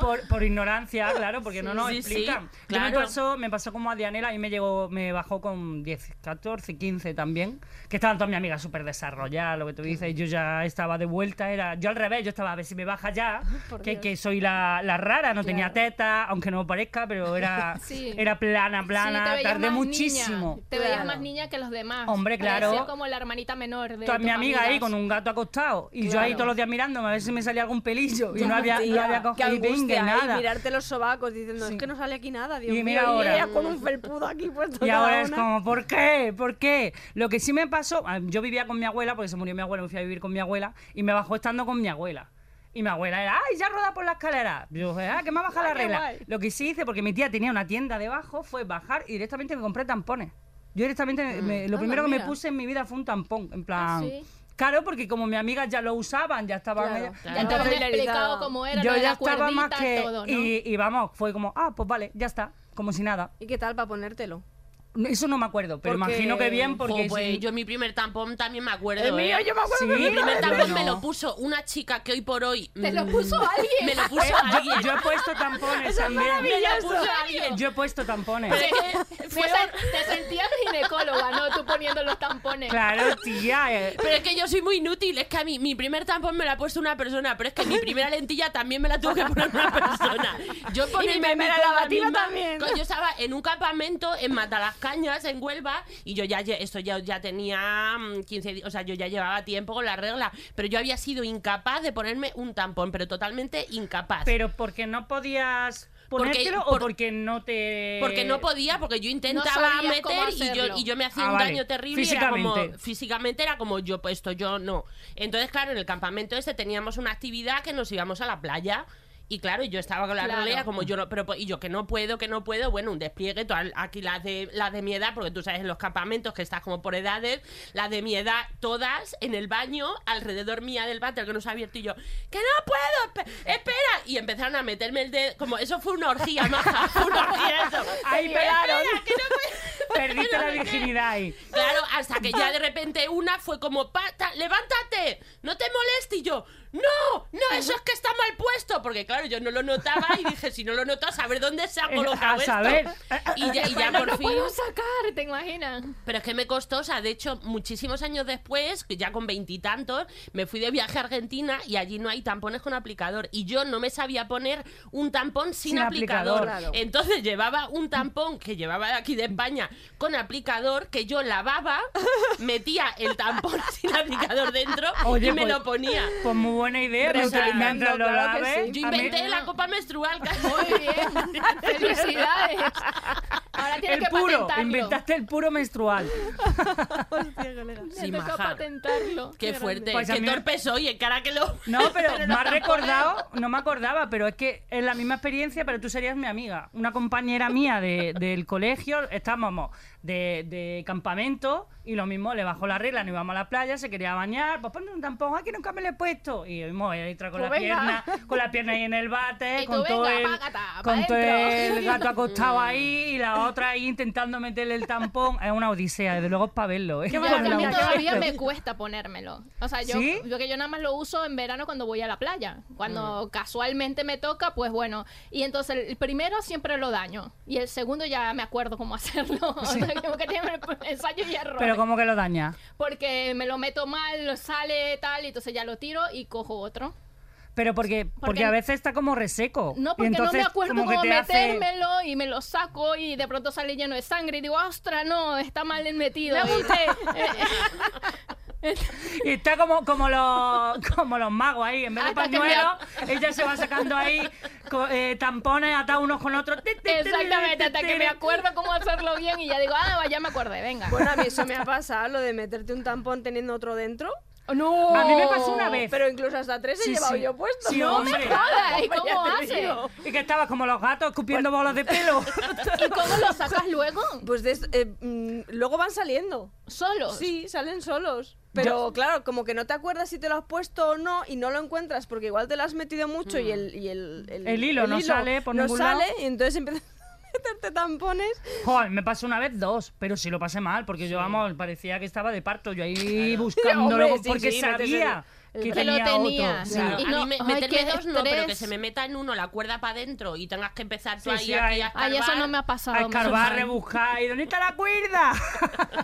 Speaker 4: saber.
Speaker 2: Por, por ignorancia, claro, porque no nos
Speaker 4: sí, sí,
Speaker 2: explican. Yo
Speaker 4: claro.
Speaker 2: me, pasó, me pasó como a Dianela, y me llegó, me bajó con 10, 14, 15 también, que estaban todas mis amigas súper desarrolladas, lo que tú dices, y yo ya estaba de vuelta, era yo al revés, yo estaba a ver si me baja ya, que, que soy la, la rara, no tenía teta, aunque no parezca, pero era,
Speaker 3: Sí.
Speaker 2: era plana,
Speaker 3: Sí, te
Speaker 2: plana,
Speaker 3: veías
Speaker 2: tardé
Speaker 3: más
Speaker 2: muchísimo.
Speaker 3: niña. Te veías más niña que los demás.
Speaker 2: Hombre, claro.
Speaker 3: Parecía como la hermanita menor de
Speaker 2: Toda
Speaker 3: tus
Speaker 2: mi amiga ahí
Speaker 3: amigas.
Speaker 2: con un gato acostado y yo
Speaker 3: Claro.
Speaker 2: ahí todos los días mirándome a ver si me salía algún pelillo y no había, no
Speaker 5: Tía,
Speaker 2: había
Speaker 5: qué
Speaker 2: cogido y
Speaker 5: angustia,
Speaker 2: venga,
Speaker 5: y
Speaker 2: nada.
Speaker 5: mirarte los sobacos diciendo, es que no sale aquí nada, Dios
Speaker 2: Y
Speaker 5: mío.
Speaker 2: mira ahora.
Speaker 5: ella con un felpudo aquí puesto
Speaker 2: Y
Speaker 5: cada
Speaker 2: ahora es
Speaker 5: una.
Speaker 2: como, ¿por qué? ¿Por qué? Lo que sí me pasó, ah, yo vivía con mi abuela, porque se murió mi abuela, me fui a vivir con mi abuela, y me bajó estando con mi abuela. Y mi abuela era, ¡ay, ya roda por la escalera! Yo, ah, que me ha bajado la
Speaker 5: Guay, qué
Speaker 2: regla.
Speaker 5: guay.
Speaker 2: Lo que sí hice, porque mi tía tenía una tienda debajo, fue bajar y directamente me compré tampones. Yo directamente, me- lo
Speaker 3: Anda,
Speaker 2: primero que
Speaker 3: mira.
Speaker 2: me puse en mi vida fue un tampón, en plan...
Speaker 3: Ah, ¿sí?
Speaker 2: Claro, porque como mis amigas ya lo usaban, ya estaban...
Speaker 5: Claro,
Speaker 2: ellas-
Speaker 3: Ya te
Speaker 5: Claro.
Speaker 3: habían explicado
Speaker 5: Familiarizado.
Speaker 3: cómo era,
Speaker 2: yo
Speaker 3: lo de
Speaker 2: ya
Speaker 3: la
Speaker 2: estaba más
Speaker 3: cuerdita,
Speaker 2: que...
Speaker 3: todo, ¿no?
Speaker 2: y, y vamos, fue como, ah, pues vale, ya está, como si nada.
Speaker 5: ¿Y qué tal para ponértelo?
Speaker 2: No, Eso no me acuerdo, pero
Speaker 5: Porque-
Speaker 2: imagino que bien
Speaker 4: Jo,
Speaker 2: porque
Speaker 4: pues,
Speaker 2: sí.
Speaker 4: yo mi primer tampón también me acuerdo.
Speaker 5: El mío,
Speaker 4: ¿eh?
Speaker 5: yo me acuerdo
Speaker 2: Sí,
Speaker 5: que me
Speaker 2: mi
Speaker 5: lo-
Speaker 4: primer
Speaker 2: Yo
Speaker 4: tampón
Speaker 2: no.
Speaker 4: me lo puso una chica que hoy por hoy.
Speaker 3: Te lo
Speaker 4: mm,
Speaker 3: puso alguien.
Speaker 4: Me lo puso alguien.
Speaker 2: yo he puesto tampones
Speaker 5: Eso es
Speaker 2: también.
Speaker 5: maravilloso.
Speaker 4: Me lo puso alguien.
Speaker 2: Yo he puesto tampones.
Speaker 4: Pero es que
Speaker 3: Me
Speaker 4: fue
Speaker 3: sen- te sentías ginecóloga, ¿no? Tú poniendo los tampones.
Speaker 2: Claro, tía. eh.
Speaker 4: Pero es que yo soy muy inútil, es que a mí mi primer tampón me lo ha puesto una persona, pero es que mi primera lentilla también me la tuvo que poner una persona. Yo ponerme
Speaker 5: primera
Speaker 4: a mí toda
Speaker 5: lavativa
Speaker 4: misma-
Speaker 5: también.
Speaker 4: Yo estaba en un campamento en Matalasca cañas en Huelva y yo ya lle- esto ya, ya tenía mm, 15 días, o sea, yo ya llevaba tiempo con la regla, pero yo había sido incapaz de ponerme un tampón, pero totalmente incapaz.
Speaker 2: Pero porque no podías
Speaker 4: Porque-
Speaker 2: ponértelo o
Speaker 4: por-
Speaker 2: porque no te.
Speaker 4: Porque no podía, porque yo intentaba
Speaker 3: sabías cómo
Speaker 4: meter y yo,
Speaker 3: hacerlo.
Speaker 4: y yo me hacía un
Speaker 2: Ah, vale.
Speaker 4: daño terrible. y era como-
Speaker 2: Físicamente.
Speaker 4: físicamente era como yo, pues esto yo no. Entonces, claro, en el campamento este teníamos una actividad que nos íbamos a la playa. Y claro, yo estaba con la
Speaker 3: Claro.
Speaker 4: regla como yo no, pero pues, y yo que no puedo, que no puedo, bueno, un despliegue, todas aquí las de las de mi edad, porque tú sabes en los campamentos que estás como por edades, las de mi edad todas en el baño, alrededor mía del váter que nos ha abierto y yo, que no puedo, espe- espera, y empezaron a meterme el dedo, como eso fue una orgía, maja, fue una orgía eso.
Speaker 2: Ahí
Speaker 4: Espera,
Speaker 2: pelaron.
Speaker 4: que no puedo.
Speaker 2: Perdiste la virginidad ahí.
Speaker 4: Claro, hasta que ya de repente una fue como, "Pata, levántate, no te moleste. Y yo, no, no, eso es que está mal puesto. Porque claro, yo no lo notaba y dije, si no lo noto, a saber dónde se ha
Speaker 2: Eh,
Speaker 4: colocado
Speaker 2: a saber.
Speaker 4: esto. Y ya, y ya
Speaker 3: Bueno,
Speaker 4: por
Speaker 3: no
Speaker 4: fin.
Speaker 3: puedo sacar, ¿te imaginas?
Speaker 4: Pero es que me costó, o sea, de hecho, muchísimos años después, que ya con veintitantos, me fui de viaje a Argentina y allí no hay tampones con aplicador. Y yo no me sabía poner un tampón sin,
Speaker 2: Sin
Speaker 4: aplicador.
Speaker 2: aplicador.
Speaker 4: Entonces llevaba un tampón que llevaba de aquí de España con aplicador que yo lavaba, metía el tampón sin aplicador dentro
Speaker 2: Oye,
Speaker 4: y me
Speaker 2: pues-
Speaker 4: lo ponía.
Speaker 2: Pues muy buena idea. o sea,
Speaker 5: Reutilizando,
Speaker 2: mientras lo
Speaker 5: claro que
Speaker 2: laves,
Speaker 5: sí.
Speaker 4: Yo
Speaker 2: a mí-
Speaker 4: inventé la copa menstrual. casi.
Speaker 3: Muy bien. Felicidades. Ahora tienes
Speaker 2: el
Speaker 3: que
Speaker 2: puro.
Speaker 3: patentarlo.
Speaker 2: Inventaste el puro menstrual.
Speaker 3: Te
Speaker 4: Sí,
Speaker 3: toca
Speaker 4: maja.
Speaker 3: patentarlo.
Speaker 4: Qué fuerte,
Speaker 2: Pues a
Speaker 4: qué
Speaker 2: mí-
Speaker 4: torpe soy, en cara que lo...
Speaker 2: No, pero, me has recordado, no me acordaba, pero es que es la misma experiencia, pero tú serías mi amiga. Una compañera mía de- del colegio, estábamos de, de campamento y lo mismo, le bajó la regla, no íbamos a la playa, se quería bañar, pues ponte un tampón, aquí nunca me lo he puesto. Y mismo, ella entra con
Speaker 3: Pues
Speaker 2: la
Speaker 3: venga.
Speaker 2: pierna, con la pierna ahí en el bate,
Speaker 3: Y tú,
Speaker 2: con, todo,
Speaker 3: venga,
Speaker 2: el,
Speaker 3: págata, pa'
Speaker 2: con todo
Speaker 3: dentro. Mm.
Speaker 2: el gato acostado ahí y la otra ahí intentando meterle el tampón. Es una odisea, desde luego es para verlo. ¿eh?
Speaker 3: Yo,
Speaker 2: Con la
Speaker 3: a mí
Speaker 2: mujer.
Speaker 3: todavía me cuesta ponérmelo. O sea, yo,
Speaker 2: ¿Sí?
Speaker 3: yo que yo nada más lo uso en verano cuando voy a la playa.
Speaker 2: Mm.
Speaker 3: Cuando casualmente me toca, pues bueno. Y entonces el primero siempre lo daño. Y el segundo ya me acuerdo cómo hacerlo. O sea, como que tiene ensayo y error.
Speaker 2: Pero como que lo daña.
Speaker 3: Porque me lo meto mal, lo sale tal, y entonces ya lo tiro y cojo otro.
Speaker 2: Pero porque, porque,
Speaker 3: Porque-
Speaker 2: a veces está como reseco.
Speaker 3: No,
Speaker 2: Y
Speaker 3: porque no me
Speaker 2: entonces
Speaker 3: acuerdo
Speaker 2: como que
Speaker 3: cómo
Speaker 2: te hace-
Speaker 3: metérmelo y me lo saco y de pronto sale lleno de sangre y digo, ostra, no, está mal metido. Eh, Y-
Speaker 2: Y está como, como, los, como los magos ahí, en vez de
Speaker 3: Hasta que me
Speaker 2: pañuelos, ella se va sacando ahí co- eh, tampones atados unos con otros. Ti, ti, ti, ti,
Speaker 3: Exactamente, hasta
Speaker 2: ti,
Speaker 3: que
Speaker 2: ti.
Speaker 3: me acuerdo cómo hacerlo bien y ya digo, ah, ya me acordé, venga.
Speaker 5: Bueno, a mí eso me ha pasado, lo de meterte un tampón teniendo otro dentro.
Speaker 3: No.
Speaker 2: A mí me pasó una vez.
Speaker 5: Pero incluso hasta tres
Speaker 2: Sí,
Speaker 5: he llevado
Speaker 2: sí.
Speaker 5: yo puesto.
Speaker 2: Sí, No me hombre.
Speaker 3: jodas, ¿y cómo
Speaker 5: Ya te
Speaker 3: haces?
Speaker 5: digo.
Speaker 2: Y que estabas como los gatos escupiendo bolas de pelo.
Speaker 3: ¿Y cómo lo sacas luego?
Speaker 5: Pues de es- eh, mm, luego van saliendo.
Speaker 3: Solo.
Speaker 5: Sí, salen solos. Pero claro, como que no te acuerdas si te lo has puesto o no y no lo encuentras porque igual te lo has metido mucho y el, y el,
Speaker 2: Mm. El hilo no sale por
Speaker 5: no
Speaker 2: ningún
Speaker 5: sale
Speaker 2: lado.
Speaker 5: y entonces empiezas a meterte tampones.
Speaker 2: Joder, me pasó una vez dos, pero sí lo pasé mal, porque yo, vamos, parecía que estaba de parto, yo ahí buscándolo,
Speaker 5: Hombre, sí,
Speaker 2: porque
Speaker 5: sí, metes
Speaker 2: sabía
Speaker 5: el- el
Speaker 2: que,
Speaker 3: brazo. Que lo
Speaker 2: tenía
Speaker 3: tenía,
Speaker 2: otro.
Speaker 3: sí. Ah,
Speaker 4: Claro,
Speaker 3: Y
Speaker 4: a
Speaker 3: no-
Speaker 4: mí me-
Speaker 3: ay,
Speaker 4: meterme
Speaker 3: qué
Speaker 4: dos no, pero que
Speaker 3: estrés.
Speaker 4: se me meta en uno la cuerda para adentro y tengas que empezar tú
Speaker 2: Sí,
Speaker 4: ahí,
Speaker 2: sí,
Speaker 4: aquí
Speaker 2: hay-
Speaker 4: a
Speaker 3: Ay, eso
Speaker 4: escarbar.
Speaker 3: no me ha pasado.
Speaker 2: A
Speaker 3: me
Speaker 2: escarbar,
Speaker 3: suena.
Speaker 2: rebuscar, ¿y dónde está la cuerda?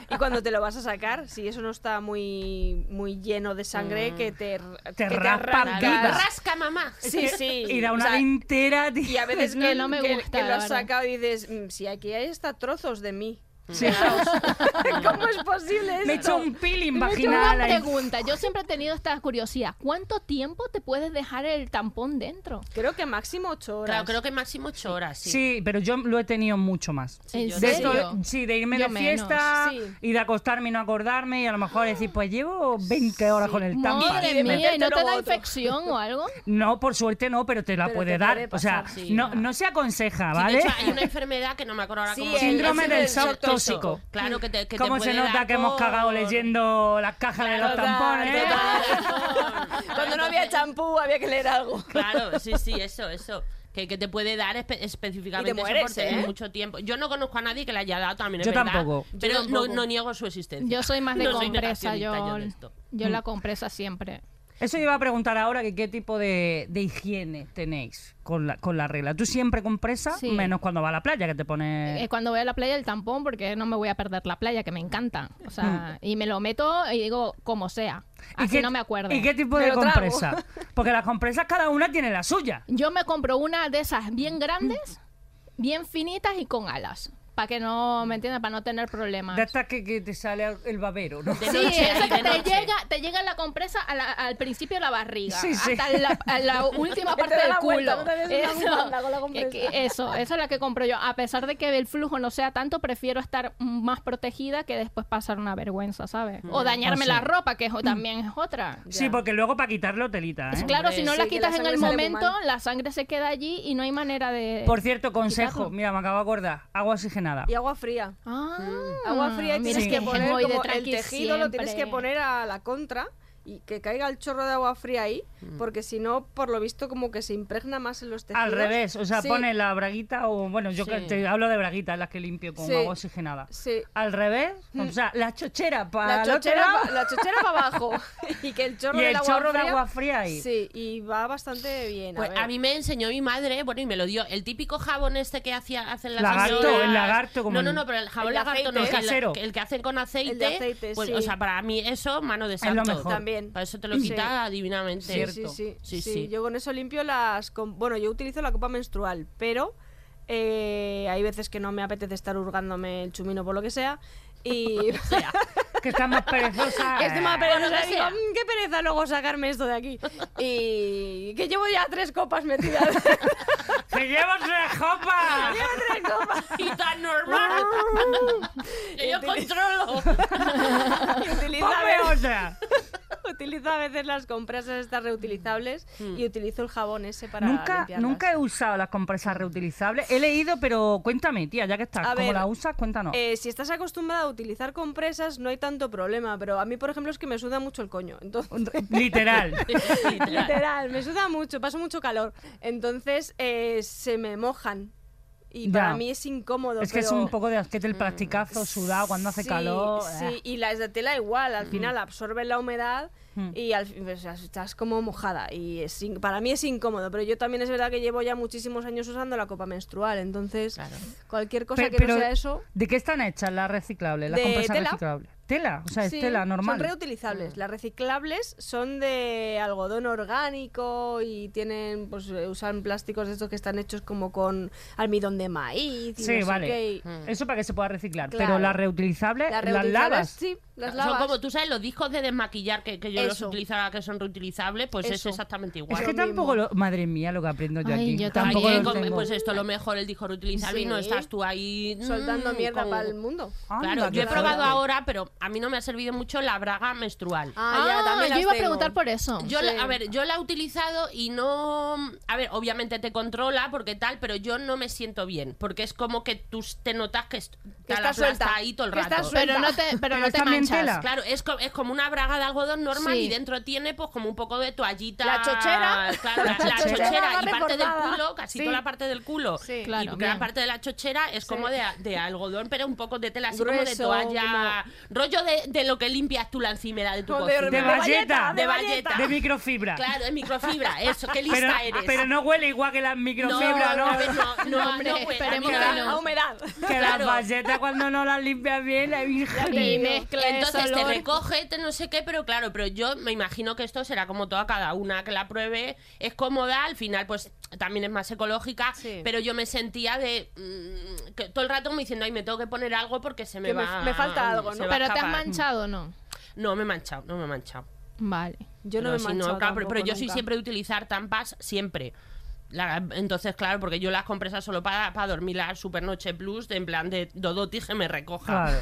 Speaker 5: Y cuando te lo vas a sacar, si eso no está muy, muy lleno de sangre, que te, que
Speaker 2: Mm. raspa
Speaker 5: arrancas.
Speaker 2: viva.
Speaker 4: Rasca, mamá.
Speaker 5: Sí, sí.
Speaker 2: Y da
Speaker 5: O
Speaker 2: una
Speaker 5: sea,
Speaker 2: vintera, tío.
Speaker 5: Y a veces
Speaker 3: No,
Speaker 5: que,
Speaker 3: no me
Speaker 5: que-
Speaker 3: gusta,
Speaker 5: que lo
Speaker 3: la
Speaker 5: has
Speaker 3: verdad.
Speaker 5: sacado y dices, "Mm, si aquí hay hasta trozos de mí.
Speaker 2: Sí.
Speaker 5: ¿Cómo es posible
Speaker 2: Me he hecho
Speaker 5: esto?
Speaker 2: un peeling
Speaker 3: Me he hecho
Speaker 2: vaginal.
Speaker 3: una
Speaker 2: ahí.
Speaker 3: pregunta. Yo siempre he tenido esta curiosidad. ¿Cuánto tiempo te puedes dejar el tampón dentro?
Speaker 5: Creo que máximo ocho horas.
Speaker 4: Claro, creo que máximo ocho horas, sí.
Speaker 2: Sí, pero yo lo he tenido mucho más.
Speaker 4: Sí,
Speaker 3: ¿En
Speaker 4: yo
Speaker 2: De
Speaker 4: sí.
Speaker 3: serio?
Speaker 2: esto, sí, de irme
Speaker 3: Yo
Speaker 2: de
Speaker 3: menos,
Speaker 2: fiesta
Speaker 5: sí.
Speaker 2: y de acostarme y no acordarme y a lo mejor decir, pues llevo 20 horas con el tampa.
Speaker 3: Madre mía, ¿y no te
Speaker 5: metértelo
Speaker 3: da
Speaker 5: otro.
Speaker 3: infección o algo?
Speaker 2: No, por suerte no, pero te la
Speaker 5: Pero
Speaker 2: puede
Speaker 5: te
Speaker 2: dar.
Speaker 5: puede
Speaker 2: o
Speaker 5: pasar,
Speaker 2: sea,
Speaker 4: sí.
Speaker 2: no, no se aconseja,
Speaker 4: Sí, de
Speaker 2: ¿vale?
Speaker 4: hecho, hay una enfermedad que no me acuerdo ahora
Speaker 5: Sí,
Speaker 4: cómo
Speaker 5: el
Speaker 4: se llama.
Speaker 2: Síndrome del
Speaker 5: shock
Speaker 2: shock tóxico.
Speaker 4: Claro, que te, que te
Speaker 2: ¿Cómo se
Speaker 4: puede
Speaker 2: nota
Speaker 4: dar
Speaker 2: que hemos
Speaker 4: por-
Speaker 2: cagado ¿Eh? leyendo las cajas de los
Speaker 5: Total,
Speaker 2: tampones?
Speaker 5: total.
Speaker 3: Ah,
Speaker 5: Cuando no había champú había que leer algo.
Speaker 4: Claro, sí, sí, eso, eso. Que, que te puede dar espe- específicamente
Speaker 5: Y te mueres,
Speaker 4: eso por tener
Speaker 5: ¿eh?
Speaker 4: mucho tiempo. Yo no conozco a nadie que le haya dado también, es
Speaker 2: Yo
Speaker 4: verdad,
Speaker 2: tampoco.
Speaker 4: Pero
Speaker 5: Yo tampoco.
Speaker 4: No, no niego su existencia.
Speaker 3: Yo soy más de
Speaker 4: No soy
Speaker 3: compresa.
Speaker 4: negacionista
Speaker 3: Yo,
Speaker 4: yo de esto.
Speaker 3: yo la compresa siempre.
Speaker 2: Eso iba a preguntar ahora que qué tipo de, de higiene tenéis con la, con la regla. ¿Tú siempre compresa?
Speaker 3: Sí.
Speaker 2: Menos cuando va a la playa que te pones...
Speaker 3: Eh, cuando voy a la playa el tampón porque no me voy a perder la playa que me encanta o sea y me lo meto y digo como sea
Speaker 2: Mm. ¿Y
Speaker 3: así
Speaker 2: qué-
Speaker 3: no me acuerdo
Speaker 2: ¿Y qué tipo
Speaker 5: Me
Speaker 2: de
Speaker 5: lo trago.
Speaker 2: compresa? Porque las compresas cada una tiene la suya.
Speaker 3: yo me compro una de esas bien grandes bien finitas y con alas para que no, ¿me entiendas? Para no tener problemas.
Speaker 2: De estas que, que te sale el babero, ¿no?
Speaker 4: De
Speaker 3: Sí,
Speaker 4: noche,
Speaker 3: esa que
Speaker 4: de
Speaker 3: te
Speaker 4: noche.
Speaker 3: llega, te llega la compresa a la- al principio de la barriga,
Speaker 2: Sí, sí.
Speaker 3: hasta la, a la última
Speaker 5: Que te
Speaker 3: parte
Speaker 5: da
Speaker 3: del
Speaker 5: la vuelta,
Speaker 3: culo.
Speaker 5: no te des una bufanda con la
Speaker 3: que- que-
Speaker 5: compresa.
Speaker 3: eso, esa es la que compro yo. A pesar de que el flujo no sea tanto, prefiero estar más protegida que después pasar una vergüenza, ¿sabes?
Speaker 4: Mm.
Speaker 3: O
Speaker 4: Ah,
Speaker 3: dañarme
Speaker 2: O sea.
Speaker 3: la ropa, que es- también es otra.
Speaker 2: Sí, porque luego para quitarlo telita, ¿eh?
Speaker 3: Claro,
Speaker 4: Hombre,
Speaker 3: si no
Speaker 5: sí,
Speaker 3: la
Speaker 5: que
Speaker 3: quitas
Speaker 5: la
Speaker 3: en el
Speaker 5: sangre sale
Speaker 3: momento,
Speaker 5: muy
Speaker 3: la sangre se queda allí y no hay manera de...
Speaker 2: Por cierto, consejo,
Speaker 3: Quitarlo.
Speaker 2: mira, me acabo de acordar, agua oxigenada.
Speaker 5: Y agua fría.
Speaker 3: Ah,
Speaker 5: Agua fría y
Speaker 3: mira,
Speaker 5: tienes
Speaker 3: es
Speaker 5: que
Speaker 3: es
Speaker 5: poner
Speaker 3: muy de
Speaker 5: como el
Speaker 3: tranqui
Speaker 5: tejido, lo tienes que
Speaker 3: siempre.
Speaker 5: poner a la contra y que caiga el chorro de agua fría ahí, porque si no, por lo visto, como que se impregna más en los tejidos.
Speaker 2: Mm. Al revés, o sea,
Speaker 5: Sí,
Speaker 2: pone la braguita o, bueno, yo que
Speaker 4: Sí.
Speaker 2: te hablo de braguitas, las que limpio con
Speaker 5: Sí.
Speaker 2: agua oxigenada.
Speaker 5: Sí. Mm.
Speaker 2: Al revés, o sea, la chochera para
Speaker 5: La
Speaker 2: el otro
Speaker 5: chochera,
Speaker 2: lado
Speaker 5: pa- la chochera para abajo y que el chorro,
Speaker 2: y
Speaker 5: del
Speaker 2: el
Speaker 5: agua
Speaker 2: chorro
Speaker 5: fría,
Speaker 2: de agua fría ahí.
Speaker 5: Sí, y va bastante bien.
Speaker 4: Pues
Speaker 5: a, ver.
Speaker 4: a mí me enseñó mi madre, bueno, y me lo dio, el típico jabón este que hacía, hacen las
Speaker 2: Lagarto,
Speaker 4: señoras.
Speaker 2: el lagarto, como
Speaker 4: No, no,
Speaker 2: el-
Speaker 4: no, pero el jabón
Speaker 5: el de
Speaker 4: lagarto no,
Speaker 5: aceite.
Speaker 4: el-
Speaker 2: Casero.
Speaker 4: El, que hacen con aceite.
Speaker 5: El de aceite,
Speaker 4: pues,
Speaker 5: sí.
Speaker 4: O sea, para mí eso, mano de
Speaker 2: lo
Speaker 4: santo.
Speaker 2: mejor.
Speaker 5: También.
Speaker 4: Para eso te lo
Speaker 5: Sí.
Speaker 4: quita divinamente.
Speaker 5: Sí, sí,
Speaker 2: Cierto.
Speaker 5: sí,
Speaker 4: Sí,
Speaker 5: sí,
Speaker 4: sí.
Speaker 5: Yo con eso limpio las... com- Bueno, yo utilizo la copa menstrual, pero eh, hay veces que no me apetece estar hurgándome el chumino por lo que sea y...
Speaker 2: Que está más perezosa.
Speaker 5: Que estoy más perezosa,
Speaker 4: Por lo que
Speaker 5: digo,
Speaker 4: sea.
Speaker 5: "Mm, qué pereza luego sacarme esto de aquí. Y que llevo ya tres copas metidas.
Speaker 2: ¡Que llevas la copa!
Speaker 5: Llevo tres copas.
Speaker 4: Y tan normal. que yo controlo.
Speaker 5: Y utilizo a,
Speaker 2: ¡Ponme
Speaker 5: veces,
Speaker 2: otra!
Speaker 5: utilizo a veces las compresas estas reutilizables
Speaker 4: Mm.
Speaker 5: y utilizo el jabón ese para
Speaker 2: Nunca,
Speaker 5: limpiarlas.
Speaker 2: nunca he usado las compresas reutilizables. He leído, pero cuéntame, tía, ya que estás.
Speaker 5: A
Speaker 2: ¿Cómo
Speaker 5: ver,
Speaker 2: la usas? Cuéntanos.
Speaker 5: Eh, si estás acostumbrada a utilizar compresas no hay tanto problema, pero a mí por ejemplo es que me suda mucho el coño. Entonces,
Speaker 2: Literal.
Speaker 5: Literal, me suda mucho, paso mucho calor. Entonces eh, se me mojan. Y
Speaker 2: Ya.
Speaker 5: para mí es incómodo.
Speaker 2: es que es
Speaker 5: pero- Mm,
Speaker 2: un poco de asquete el plasticazo sudado cuando hace
Speaker 5: Sí,
Speaker 2: calor. eh.
Speaker 5: Sí, y las de tela igual, al final absorben la humedad
Speaker 2: Mm.
Speaker 5: y al fin- o sea, estás como mojada. Y es in- para mí es incómodo, pero yo también es verdad que llevo ya muchísimos años usando la copa menstrual, entonces
Speaker 4: Claro.
Speaker 5: cualquier cosa
Speaker 2: Pe-
Speaker 5: que
Speaker 2: pero,
Speaker 5: no sea eso.
Speaker 2: ¿De qué están hechas las reciclables? Las
Speaker 5: De
Speaker 2: compresas
Speaker 5: tela.
Speaker 2: reciclables. Tela, o sea, es
Speaker 5: Sí,
Speaker 2: tela normal. Mm.
Speaker 5: Son reutilizables. Las reciclables son de algodón orgánico y tienen, pues eh, usan plásticos de estos que están hechos como con almidón de maíz. y
Speaker 2: Sí,
Speaker 5: no sé
Speaker 2: vale.
Speaker 5: qué,
Speaker 4: Mm.
Speaker 5: y-
Speaker 2: Eso para que se pueda reciclar. Pero
Speaker 5: Mm. Claro.
Speaker 2: las reutilizables, las,
Speaker 5: reutilizables,
Speaker 2: lavas.
Speaker 5: Sí, las
Speaker 4: Son
Speaker 5: lavas.
Speaker 4: como tú sabes, los discos de desmaquillar que, que yo los
Speaker 5: Eso.
Speaker 4: utilizaba que son reutilizables, pues es
Speaker 5: Eso.
Speaker 4: exactamente
Speaker 2: Es
Speaker 4: igual.
Speaker 2: que
Speaker 5: Lo
Speaker 2: tampoco
Speaker 5: mismo.
Speaker 2: lo... Madre mía, lo que aprendo yo
Speaker 3: Ay,
Speaker 2: aquí.
Speaker 3: yo
Speaker 2: tampoco
Speaker 4: Hay que
Speaker 2: lo
Speaker 4: comer,
Speaker 2: tengo.
Speaker 4: pues esto lo mejor el disco reutilizable y no
Speaker 5: Sí.
Speaker 4: estás tú ahí mm, Ah,
Speaker 5: soltando mierda
Speaker 4: con-
Speaker 5: para el mundo.
Speaker 2: Anda,
Speaker 4: Claro,
Speaker 2: qué
Speaker 4: yo he
Speaker 2: fuerte.
Speaker 4: probado ahora, pero a mí no me ha servido mucho la braga menstrual.
Speaker 3: Ah, yo iba a preguntar por eso.
Speaker 4: Yo, la-
Speaker 5: Sí.
Speaker 4: a ver, yo la he utilizado y no, a ver, obviamente te controla porque tal, pero yo no me siento bien, porque es como que tú s- te notas que, est- te
Speaker 5: estás
Speaker 4: la plasta
Speaker 5: suelta,
Speaker 4: ahí todo el
Speaker 5: que
Speaker 4: rato.
Speaker 5: estás suelta.
Speaker 3: pero no te, pero
Speaker 2: Pero
Speaker 3: no te
Speaker 2: también
Speaker 3: manchas.
Speaker 2: tela.
Speaker 4: Claro, es, co- es como una braga de algodón normal
Speaker 3: Sí.
Speaker 4: y dentro tiene pues como un poco de toallita.
Speaker 5: La chochera.
Speaker 4: Claro, la, la
Speaker 5: La
Speaker 4: chochera,
Speaker 5: chochera
Speaker 4: y
Speaker 5: va
Speaker 4: parte del
Speaker 5: reforzada.
Speaker 4: culo, casi
Speaker 5: Sí.
Speaker 4: toda la parte del culo.
Speaker 5: Sí.
Speaker 4: y
Speaker 3: Claro,
Speaker 4: gran
Speaker 3: bien.
Speaker 4: parte de la chochera es como de, de algodón, pero un poco de tela así
Speaker 5: Grueso,
Speaker 4: como de toalla. Rollo de, de lo que limpias tú la encimera de tu
Speaker 5: Como
Speaker 4: cocina.
Speaker 2: De valleta.
Speaker 4: de valleta.
Speaker 2: De microfibra.
Speaker 4: Claro, es microfibra, eso, qué lista
Speaker 2: pero,
Speaker 4: eres.
Speaker 2: pero no huele igual que las microfibras,
Speaker 4: no,
Speaker 2: ¿no?
Speaker 4: no, no,
Speaker 3: Hombre,
Speaker 4: no, pues,
Speaker 3: esperemos
Speaker 4: amiga,
Speaker 3: que
Speaker 5: A humedad.
Speaker 2: Que
Speaker 4: Claro.
Speaker 2: las galletas cuando no las limpias bien, la hija de...
Speaker 3: Y mezcla ese
Speaker 4: Entonces te
Speaker 3: olor.
Speaker 4: recoge, te no sé qué, pero claro, pero yo me imagino que esto será como toda cada una que la pruebe. Es cómoda, al final pues también es más ecológica,
Speaker 5: Sí.
Speaker 4: pero yo me sentía de... mm, que todo el rato me diciendo, ay, me tengo que poner algo porque se me
Speaker 5: Que me-
Speaker 4: va... mm,
Speaker 5: me falta algo,
Speaker 4: se
Speaker 5: ¿no?
Speaker 4: va a
Speaker 3: Pero te has
Speaker 4: escapar".
Speaker 3: manchado o no.
Speaker 4: No, me he manchado, no me he manchado.
Speaker 3: Vale.
Speaker 5: Yo no
Speaker 4: Pero
Speaker 5: me
Speaker 4: si
Speaker 5: mancho
Speaker 4: claro, pero,
Speaker 5: tampoco
Speaker 4: pero yo sí
Speaker 5: nunca.
Speaker 4: siempre de utilizar tampas, siempre. La- entonces, claro, porque yo las compresas solo para, para dormir la supernoche plus, de en plan de Dodoti que me recoja.
Speaker 2: Claro.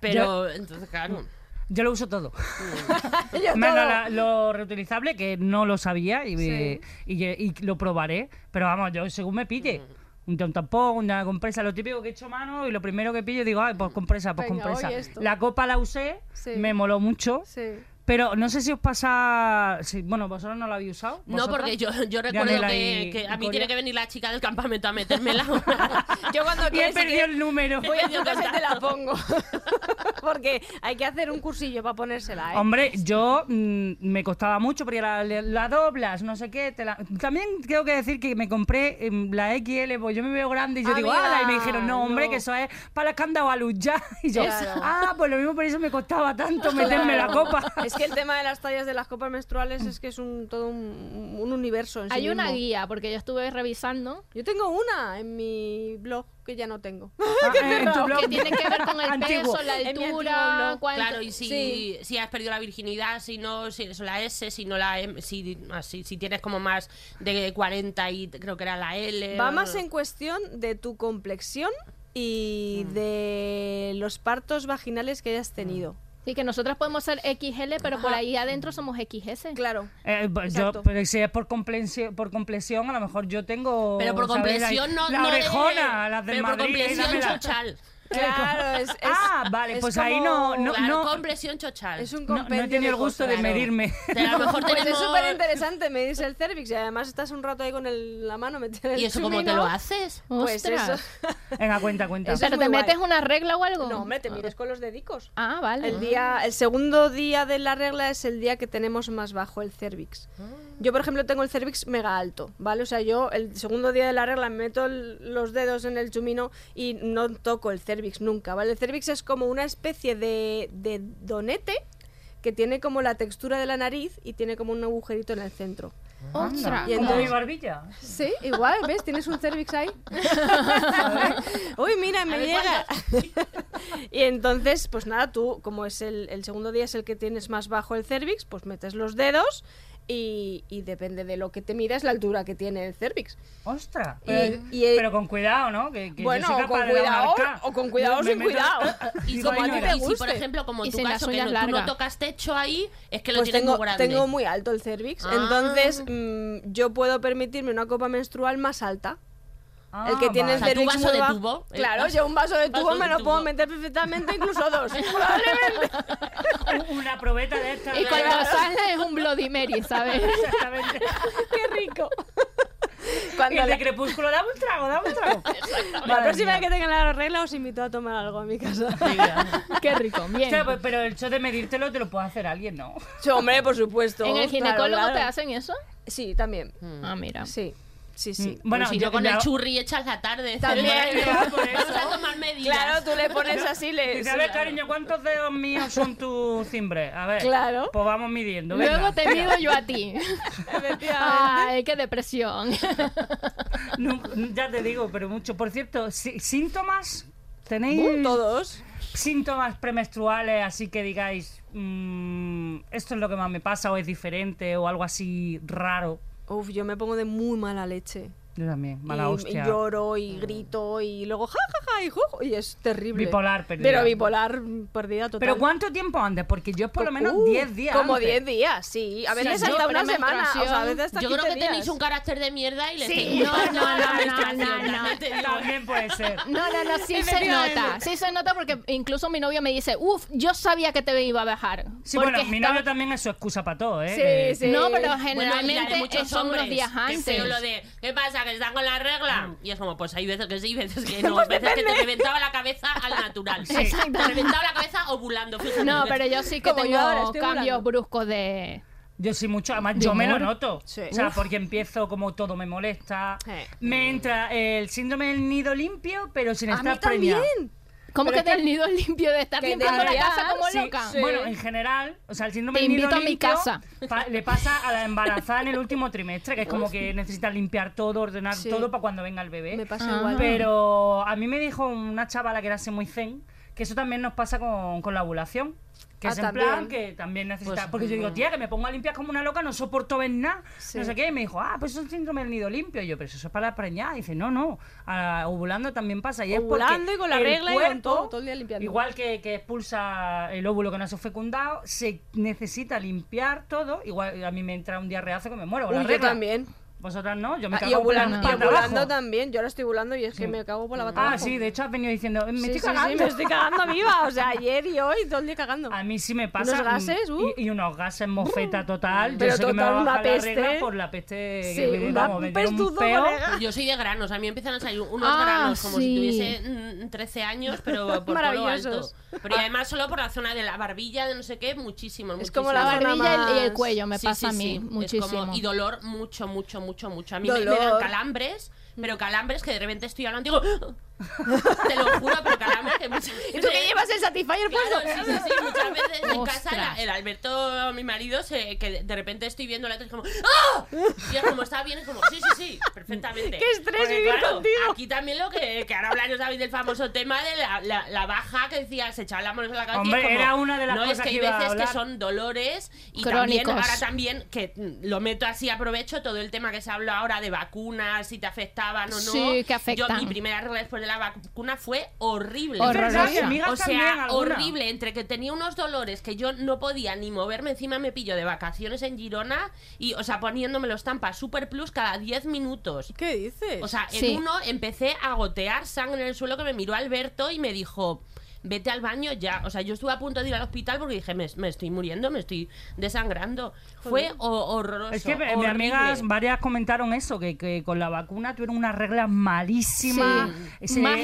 Speaker 4: Pero, entonces, claro.
Speaker 2: Yo lo uso todo.
Speaker 5: Yo
Speaker 2: Me han
Speaker 5: todo.
Speaker 2: dado la- lo reutilizable, que no lo sabía y, y- y lo probaré. Pero vamos, yo según me pille.
Speaker 4: Mm.
Speaker 2: Un un tampón, una compresa, lo típico que he hecho mano y lo primero que pillo digo, ay,
Speaker 4: Mm.
Speaker 2: pues compresa, pues
Speaker 5: Venga,
Speaker 2: compresa.
Speaker 5: oye, esto.
Speaker 2: La copa la usé,
Speaker 5: Sí.
Speaker 2: me moló mucho.
Speaker 5: Sí.
Speaker 2: Pero no sé si os pasa. si- bueno, vosotros no la habéis usado.
Speaker 4: No, porque yo, yo recuerdo
Speaker 2: Yanela
Speaker 4: que,
Speaker 2: y-
Speaker 4: que a
Speaker 2: y
Speaker 4: mí
Speaker 2: Coria.
Speaker 4: tiene que venir la chica del campamento a metérmela. Yo
Speaker 5: Yo cuando
Speaker 2: Y he
Speaker 5: quieres, si
Speaker 2: perdido el número.
Speaker 5: Voy a tu casa y te la pongo. Porque hay que hacer un cursillo para ponérsela, ¿eh?
Speaker 2: Hombre, yo mm, me costaba mucho porque la, la doblas, no sé qué. te la- También tengo que decir que me compré em, la XL, pues yo me veo grande y yo digo,
Speaker 5: Amiga,
Speaker 2: ala, y me dijeron, no, hombre,
Speaker 5: no.
Speaker 2: que eso es para la escandaluz ya. Y yo,
Speaker 5: Claro.
Speaker 2: ah, pues lo mismo por eso me costaba tanto meterme la copa.
Speaker 5: Es que el tema de las tallas de las copas menstruales es que es un todo un, un universo. En sí
Speaker 3: Hay una
Speaker 5: mismo.
Speaker 3: guía, porque yo estuve revisando,
Speaker 5: Yo tengo una en mi blog que ya no tengo.
Speaker 2: Ah, eh, en tu blog.
Speaker 3: que tiene que ver con el
Speaker 2: Antiguo.
Speaker 3: peso, la
Speaker 5: En mi antiguo
Speaker 3: altura,
Speaker 5: blog.
Speaker 3: cuánto-
Speaker 4: Claro, y si,
Speaker 5: Sí.
Speaker 4: si has perdido la virginidad, si no, si es la S, si no la M, si, así, si tienes como más de 40 y creo que era la L.
Speaker 5: Va
Speaker 4: o-
Speaker 5: más en cuestión de tu complexión y de los partos vaginales que hayas tenido.
Speaker 3: Sí, que nosotras podemos ser XL, pero por
Speaker 5: Ajá.
Speaker 3: ahí adentro somos XS.
Speaker 5: Claro.
Speaker 2: Eh, pues yo-
Speaker 5: Exacto.
Speaker 2: pero si es por complexión, por complexión, a lo mejor yo tengo.
Speaker 4: Pero por
Speaker 2: ¿sabes?
Speaker 4: complexión
Speaker 2: la,
Speaker 4: no.
Speaker 2: La
Speaker 4: no de-
Speaker 2: orejona, las del
Speaker 4: Pero por
Speaker 2: Madrid. ahí
Speaker 4: complexión
Speaker 2: dámela.
Speaker 4: chochal.
Speaker 5: Claro, es, es-
Speaker 2: Ah, vale,
Speaker 5: es
Speaker 2: pues ahí
Speaker 5: como-
Speaker 2: No,
Speaker 4: claro,
Speaker 2: no.
Speaker 4: complexión chochal.
Speaker 5: Es un
Speaker 2: No, no
Speaker 5: compendio
Speaker 2: he tenido el
Speaker 5: de
Speaker 2: gusto de
Speaker 5: cosas.
Speaker 2: medirme.
Speaker 4: Pero a lo mejor
Speaker 5: Pues es
Speaker 4: tenemos-
Speaker 5: súper interesante medirse el cervix y además estás un rato ahí con el- la mano metida en el
Speaker 4: ¿Y eso cómo te lo
Speaker 5: chumino.
Speaker 4: haces?
Speaker 5: Pues
Speaker 3: Ostras.
Speaker 5: eso.
Speaker 2: Venga, cuenta, cuenta.
Speaker 5: Eso-
Speaker 3: ¿Pero
Speaker 5: es
Speaker 3: te
Speaker 5: muy
Speaker 3: metes
Speaker 5: guay.
Speaker 3: una regla o algo?
Speaker 5: No, hombre, te mides con los dedicos.
Speaker 3: Ah, vale.
Speaker 5: El día, el segundo día de la regla es el día que tenemos más bajo el cervix. Yo, por ejemplo, tengo el cervix mega alto, ¿vale? O sea, yo el segundo día de la regla me meto el- los dedos en el chumino y no toco el cervix nunca, ¿vale? El cervix es como una especie de, de donete que tiene como la textura de la nariz y tiene como un agujerito en el centro.
Speaker 3: Ostras.
Speaker 5: Y
Speaker 2: Como
Speaker 5: entonces-
Speaker 2: mi barbilla.
Speaker 5: Sí, igual, ¿ves? Tienes un cervix ahí. Uy, mira, me
Speaker 4: ver,
Speaker 5: llega. y entonces, pues nada, tú, como es el, el segundo día es el que tienes más bajo el cervix, pues metes los dedos y, y depende de lo que te midas la altura que tiene el cervix.
Speaker 2: Ostras.
Speaker 5: Y-
Speaker 2: Pero,
Speaker 5: y el-
Speaker 2: pero con cuidado, ¿no? Que, que
Speaker 5: Bueno,
Speaker 2: yo soy
Speaker 5: o con
Speaker 2: capaz de dar un
Speaker 5: cuidado,
Speaker 2: arca.
Speaker 5: o con cuidado o
Speaker 2: Me
Speaker 5: sin
Speaker 2: meto-
Speaker 5: cuidado.
Speaker 4: Y
Speaker 2: Digo,
Speaker 4: como
Speaker 2: ahí
Speaker 4: a
Speaker 2: no
Speaker 4: ti
Speaker 2: era.
Speaker 4: te gusta, y por
Speaker 5: guste.
Speaker 4: ejemplo, como
Speaker 3: Y
Speaker 4: en tu
Speaker 3: sin las
Speaker 4: caso que
Speaker 3: uñas
Speaker 4: no, tú no
Speaker 3: largas.
Speaker 4: tocas techo ahí, es que lo
Speaker 5: Pues
Speaker 4: tienes
Speaker 5: tengo,
Speaker 4: muy grande.
Speaker 5: tengo muy alto el cervix,
Speaker 4: Ah.
Speaker 5: entonces mm, yo puedo permitirme una copa menstrual más alta.
Speaker 2: Ah,
Speaker 5: El que tiene
Speaker 2: vale.
Speaker 5: el
Speaker 4: O sea, tú
Speaker 5: cervix
Speaker 4: vaso
Speaker 5: muy
Speaker 4: de
Speaker 5: bajo-
Speaker 4: tubo, ¿eh?
Speaker 5: Claro,
Speaker 4: Vaso-
Speaker 5: yo un vaso de
Speaker 4: vaso
Speaker 5: tubo me
Speaker 4: de
Speaker 5: lo
Speaker 4: tubo.
Speaker 5: puedo meter perfectamente, incluso dos. probablemente.
Speaker 2: Una probeta de estas.
Speaker 3: Y
Speaker 2: de-
Speaker 3: con los ángeles es un Bloody Mary, ¿sabes?
Speaker 2: Exactamente.
Speaker 5: Qué rico.
Speaker 2: Y
Speaker 5: Cuando
Speaker 2: el
Speaker 5: la,
Speaker 2: de crepúsculo, dame un trago, dame un trago.
Speaker 5: la próxima vez que tengan la regla os invito a tomar algo a mi casa.
Speaker 4: Venga.
Speaker 3: Qué rico, bien.
Speaker 2: Hostia, pues, pero el hecho de medírtelo te lo puede hacer alguien, ¿no?
Speaker 5: Sí, hombre, por supuesto.
Speaker 3: ¿En el
Speaker 5: claro,
Speaker 3: ginecólogo
Speaker 5: claro.
Speaker 3: te hacen eso?
Speaker 5: Sí, también.
Speaker 2: Mm.
Speaker 3: Ah, mira.
Speaker 5: Sí, sí, sí. pues
Speaker 2: Bueno,
Speaker 4: Pues si yo con
Speaker 2: ya-
Speaker 4: el churri echas la tarde.
Speaker 5: También.
Speaker 2: Por eso.
Speaker 4: Vamos a tomar medidas.
Speaker 5: Claro, tú le pones así, le...
Speaker 2: Dice, a ver, cariño, ¿cuántos dedos míos son tu cimbre? A ver.
Speaker 5: Claro.
Speaker 2: Pues vamos midiendo.
Speaker 3: Luego
Speaker 2: venga.
Speaker 3: te mido yo a ti. Ay, qué depresión.
Speaker 2: No, ya te digo, pero mucho. Por cierto, sí- ¿síntomas? ¿Tenéis
Speaker 5: Uh, Todos.
Speaker 2: síntomas premenstruales así que digáis, mm, esto es lo que más me pasa o es diferente o algo así raro?
Speaker 5: Uf, yo me pongo de muy mala leche.
Speaker 2: Yo también, mala
Speaker 5: y,
Speaker 2: hostia.
Speaker 5: y lloro y grito y luego ja, ja, ja, y, ju, ju, y es terrible.
Speaker 2: Bipolar perdida.
Speaker 5: Pero bipolar mm, perdida total.
Speaker 2: ¿Pero cuánto tiempo antes? Porque yo es por lo menos
Speaker 5: Uh,
Speaker 2: 10 días.
Speaker 5: Como
Speaker 2: antes.
Speaker 5: 10 días, sí. A
Speaker 3: Sí,
Speaker 5: veces
Speaker 3: yo
Speaker 5: hasta una semana.
Speaker 3: premenstruación,
Speaker 5: O sea, a veces hasta
Speaker 4: Yo creo
Speaker 5: 15
Speaker 4: que tenéis
Speaker 5: días.
Speaker 4: un carácter de mierda y le
Speaker 3: Sí. No, no, no, no, no, no.
Speaker 2: También puede ser.
Speaker 3: No, no, no, sí se
Speaker 2: Efectivamente.
Speaker 3: nota. Sí se nota porque incluso mi novio me dice, uff, yo sabía que te iba a bajar.
Speaker 2: Sí,
Speaker 3: Porque
Speaker 2: bueno, mi
Speaker 3: estaba-
Speaker 2: novio también es su excusa para todo, ¿eh?
Speaker 5: Sí,
Speaker 2: Eh,
Speaker 5: sí.
Speaker 3: No, pero
Speaker 4: Bueno, mira,
Speaker 3: generalmente
Speaker 4: de muchos
Speaker 3: son
Speaker 4: hombres.
Speaker 3: unos días
Speaker 4: Qué
Speaker 3: antes.
Speaker 4: feo lo de, ¿qué pasa? ¿Que están con la regla? Y es como, pues hay veces que sí, veces que no.
Speaker 3: Pues
Speaker 4: veces que te reventaba la cabeza al natural.
Speaker 3: Exacto.
Speaker 4: Te reventaba la cabeza ovulando, fíjate.
Speaker 3: No, pero yo sí que
Speaker 5: Como yo
Speaker 3: tengo
Speaker 5: ahora, estoy
Speaker 3: cambios
Speaker 5: volando.
Speaker 3: bruscos de...
Speaker 2: Yo sí mucho, además
Speaker 3: ¿De
Speaker 2: yo me lo
Speaker 3: humor?
Speaker 2: noto.
Speaker 5: Sí.
Speaker 2: O sea,
Speaker 5: Uf.
Speaker 2: porque empiezo como todo me molesta.
Speaker 5: Eh.
Speaker 2: Me entra el síndrome del nido limpio, pero sin
Speaker 5: Ah, A
Speaker 2: estar
Speaker 5: mí también.
Speaker 2: preñada.
Speaker 3: ¿Cómo que del nido limpio de estar
Speaker 5: que
Speaker 3: limpiando la
Speaker 5: debería-
Speaker 3: casa como
Speaker 5: sí,
Speaker 3: loca?
Speaker 5: sí.
Speaker 2: Ah, Bueno, en general, o sea, el síndrome
Speaker 3: Te
Speaker 2: del nido
Speaker 3: invito a mi
Speaker 2: limpio
Speaker 3: casa.
Speaker 2: pa- le pasa a la embarazada en el último trimestre, que es como que necesitas limpiar todo, ordenar
Speaker 5: Sí.
Speaker 2: todo para cuando venga el bebé.
Speaker 5: Me pasa
Speaker 3: Ah.
Speaker 5: igual.
Speaker 2: Pero a mí me dijo una chavala que era así muy zen, que eso también nos pasa con, con la ovulación. Que
Speaker 5: Ah,
Speaker 2: es en
Speaker 5: también.
Speaker 2: plan que también necesita.
Speaker 4: Pues,
Speaker 2: porque yo digo, tía, que me pongo a limpiar como una loca, no soporto ver nada.
Speaker 5: Sí.
Speaker 2: No sé qué. Y me dijo, ah, pues eso es síndrome del nido limpio. Y yo, pero eso es para preñar. Y dice, no, no. a- ovulando también pasa. Y es porque
Speaker 5: Ovulando y con la
Speaker 2: el
Speaker 5: regla y con
Speaker 2: cuerpo,
Speaker 5: todo, todo el día limpiando.
Speaker 2: Igual que, que expulsa el óvulo que no ha sido fecundado, se necesita limpiar todo. Igual a mí me entra un diarreazo que me muero. con la
Speaker 5: Uy, yo
Speaker 2: regla.
Speaker 5: también.
Speaker 2: Vosotras no, yo me
Speaker 5: Ah,
Speaker 2: cago
Speaker 5: y
Speaker 2: en
Speaker 5: ovulando,
Speaker 2: plan
Speaker 5: y
Speaker 2: pata
Speaker 5: ovulando
Speaker 2: abajo.
Speaker 5: también. Yo ahora estoy ovulando y es que me cago por la batalla.
Speaker 2: Ah, sí, de hecho has venido diciendo, "Eh, me estoy
Speaker 5: sí,
Speaker 2: cagando.
Speaker 5: Sí, me estoy cagando viva. O sea, ayer y hoy, todo el día cagando.
Speaker 2: A mí sí me pasa.
Speaker 5: Unos
Speaker 2: mm,
Speaker 5: gases, uh. Mm.
Speaker 2: y, y unos gases mofeta total. Yo
Speaker 5: Pero
Speaker 2: sé que me va a
Speaker 5: total, una
Speaker 2: bajar la regla
Speaker 5: peste.
Speaker 2: por la peste
Speaker 5: Sí,
Speaker 2: que me,
Speaker 5: una-
Speaker 2: vamos, me
Speaker 5: un
Speaker 2: dieron un
Speaker 5: pestuzo,
Speaker 2: peo.
Speaker 5: colega.
Speaker 4: Yo soy de granos, a mí empiezan a salir unos
Speaker 3: Ah,
Speaker 4: granos como
Speaker 3: sí.
Speaker 4: si tuviese mm, 13 años, pero por polo
Speaker 5: Maravilloso.
Speaker 4: altos. Pero y además solo por la zona de la barbilla, de no sé qué, muchísimo.
Speaker 5: Es como
Speaker 3: La
Speaker 5: La zona
Speaker 3: barbilla y el- y el
Speaker 5: más-
Speaker 3: cuello me
Speaker 4: Sí,
Speaker 3: pasa
Speaker 4: sí,
Speaker 3: a mí
Speaker 4: sí. Es
Speaker 3: muchísimo.
Speaker 4: como- y dolor mucho, mucho, mucho, mucho. A mí me- me,
Speaker 5: Dolor.
Speaker 4: dan calambres, pero calambres que de repente estoy hablando y digo... Te lo juro, pero cada vez que muchas veces...
Speaker 5: ¿Y tú que llevas el Satisfyer puesto?
Speaker 4: Claro, sí, sí, sí, muchas veces en casa
Speaker 3: Ostras.
Speaker 4: la- el Alberto, mi marido, se, que de repente estoy viendo la tele y como ¡Ah! Y es como, está bien, es como, sí, sí, sí, perfectamente.
Speaker 5: ¡Qué estrés
Speaker 4: Porque,
Speaker 5: vivir
Speaker 4: claro,
Speaker 5: contigo!
Speaker 4: Aquí también lo que, que ahora hablaros, David, del famoso tema de la, la- la baja que decía, se echaba la mano en la cabeza. y
Speaker 2: Hombre,
Speaker 4: es como,
Speaker 2: era una de las
Speaker 4: no,
Speaker 2: cosas
Speaker 4: es que hay
Speaker 2: que iba a
Speaker 4: veces que
Speaker 2: hablar".
Speaker 4: son dolores y también,
Speaker 3: Crónicos.
Speaker 4: ahora también, que mm, lo meto así, aprovecho todo el tema que se habla ahora de vacunas, si te afectaban o no.
Speaker 3: Sí, que
Speaker 4: Yo, mi
Speaker 3: afectan.
Speaker 4: primera regla después de la vacuna fue horrible.
Speaker 3: Horror-
Speaker 2: ¿Verdad que
Speaker 3: horrorosa.
Speaker 2: migas
Speaker 4: O
Speaker 2: también
Speaker 4: sea,
Speaker 2: alguna?
Speaker 4: horrible, entre que tenía unos dolores que yo no podía ni moverme, encima me pillo de vacaciones en Girona y, o sea, poniéndome los tampas Super Plus cada 10 minutos.
Speaker 5: ¿Qué dices?
Speaker 4: O sea, en
Speaker 3: Sí.
Speaker 4: uno empecé a gotear sangre en el suelo que me miró Alberto y me dijo, vete al baño ya. O sea, yo estuve a punto de ir al hospital porque dije, me, me estoy muriendo, me estoy desangrando. Fue ho- horroroso.
Speaker 2: Es que mi- mis
Speaker 4: horrible.
Speaker 2: amigas varias comentaron eso, que, que con la vacuna tuvieron unas reglas malísimas.
Speaker 3: Sí.
Speaker 2: ese-
Speaker 3: Más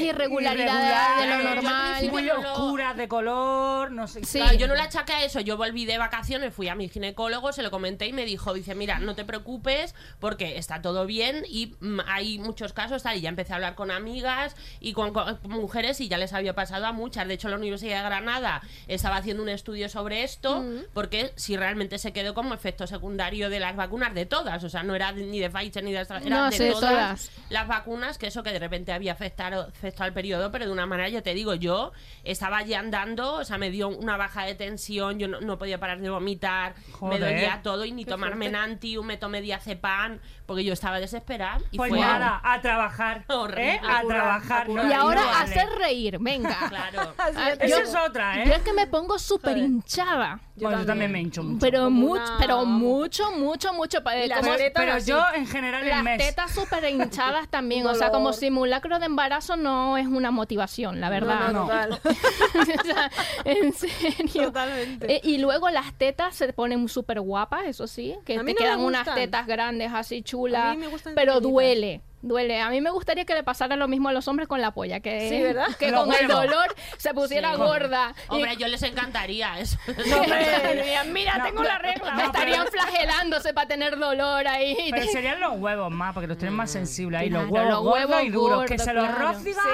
Speaker 3: irregularidades de lo
Speaker 2: irregulares,
Speaker 3: normal.
Speaker 2: Muy
Speaker 4: Yo al principio
Speaker 2: oscuras de color, no sé.
Speaker 3: Sí.
Speaker 4: Claro, yo no le achaqué a eso. Yo volví de vacaciones, fui a mi ginecólogo, se lo comenté y me dijo, dice, mira, no te preocupes porque está todo bien y mm, hay muchos casos, tal. Y ya empecé a hablar con amigas y con, co- mujeres y ya les había pasado a muchas. De hecho, la Universidad de Granada estaba haciendo un estudio sobre esto
Speaker 3: Mm.
Speaker 4: porque si realmente se quedó como efecto secundario de las vacunas de todas. O sea, no era ni de Pfizer ni de AstraZeneca,
Speaker 3: No,
Speaker 4: de
Speaker 3: sí, de todas.
Speaker 4: las vacunas, que eso que de repente había afectado, afectado al periodo, pero de una manera, ya te digo, yo estaba allí andando, o sea, me dio una baja de tensión, yo no, no podía parar de vomitar,
Speaker 2: Joder.
Speaker 4: me dolía todo y ni tomarme
Speaker 5: fuerte.
Speaker 4: Nantium, me tomé diazepam, porque yo estaba desesperada y
Speaker 2: Pues
Speaker 4: fue
Speaker 2: nada, a trabajar.
Speaker 4: Horrible.
Speaker 2: ¿eh? A
Speaker 5: Apura,
Speaker 2: trabajar.
Speaker 5: apura.
Speaker 2: no-
Speaker 3: Y ahora
Speaker 2: no vale.
Speaker 3: hacer reír, venga.
Speaker 4: claro.
Speaker 3: Ah,
Speaker 2: Esa es otra,
Speaker 3: Yo
Speaker 2: ¿eh?
Speaker 3: es que me pongo súper hinchada.
Speaker 5: Yo
Speaker 2: Bueno, yo
Speaker 5: también.
Speaker 2: también me hincho mucho.
Speaker 3: Pero
Speaker 5: Como
Speaker 3: mucho,
Speaker 5: una-
Speaker 3: pero mucho, mucho, mucho. pa- eh,
Speaker 5: Las
Speaker 3: como-
Speaker 5: tetas
Speaker 2: Pero
Speaker 5: así.
Speaker 2: yo en general el
Speaker 3: las
Speaker 2: mes.
Speaker 3: tetas súper hinchadas también. O sea, como
Speaker 5: Dolor.
Speaker 3: simulacro de embarazo no es una motivación, la verdad.
Speaker 5: No, no, total.
Speaker 3: O sea, en serio.
Speaker 5: Totalmente.
Speaker 3: Eh, y luego las tetas se ponen súper guapas, eso sí. Que
Speaker 5: A mí
Speaker 3: te
Speaker 5: no me
Speaker 3: quedan unas
Speaker 5: gustan.
Speaker 3: tetas grandes, así chulas.
Speaker 5: A mí me gustan
Speaker 3: pero
Speaker 5: pequeñitas.
Speaker 3: duele. Duele. A mí me gustaría que le pasara lo mismo a los hombres con la polla. Que,
Speaker 5: Sí, ¿verdad?
Speaker 3: que
Speaker 2: Los
Speaker 3: con el
Speaker 2: huevos.
Speaker 3: dolor se pusiera
Speaker 4: Sí.
Speaker 3: gorda. y-
Speaker 4: Hombre, yo les encantaría eso.
Speaker 5: Hombre, dirían,
Speaker 3: mira,
Speaker 2: No,
Speaker 3: tengo la regla.
Speaker 2: no,
Speaker 3: Estarían
Speaker 2: pero-
Speaker 3: flagelándose para tener dolor ahí.
Speaker 2: Pero serían los huevos más, porque los tienen más sensibles ahí. Los
Speaker 3: Mm, Claro,
Speaker 2: huevos,
Speaker 3: los
Speaker 2: gordos y
Speaker 3: huevos
Speaker 2: duros. que
Speaker 3: gordos,
Speaker 2: se los
Speaker 3: claro.
Speaker 2: rocigan.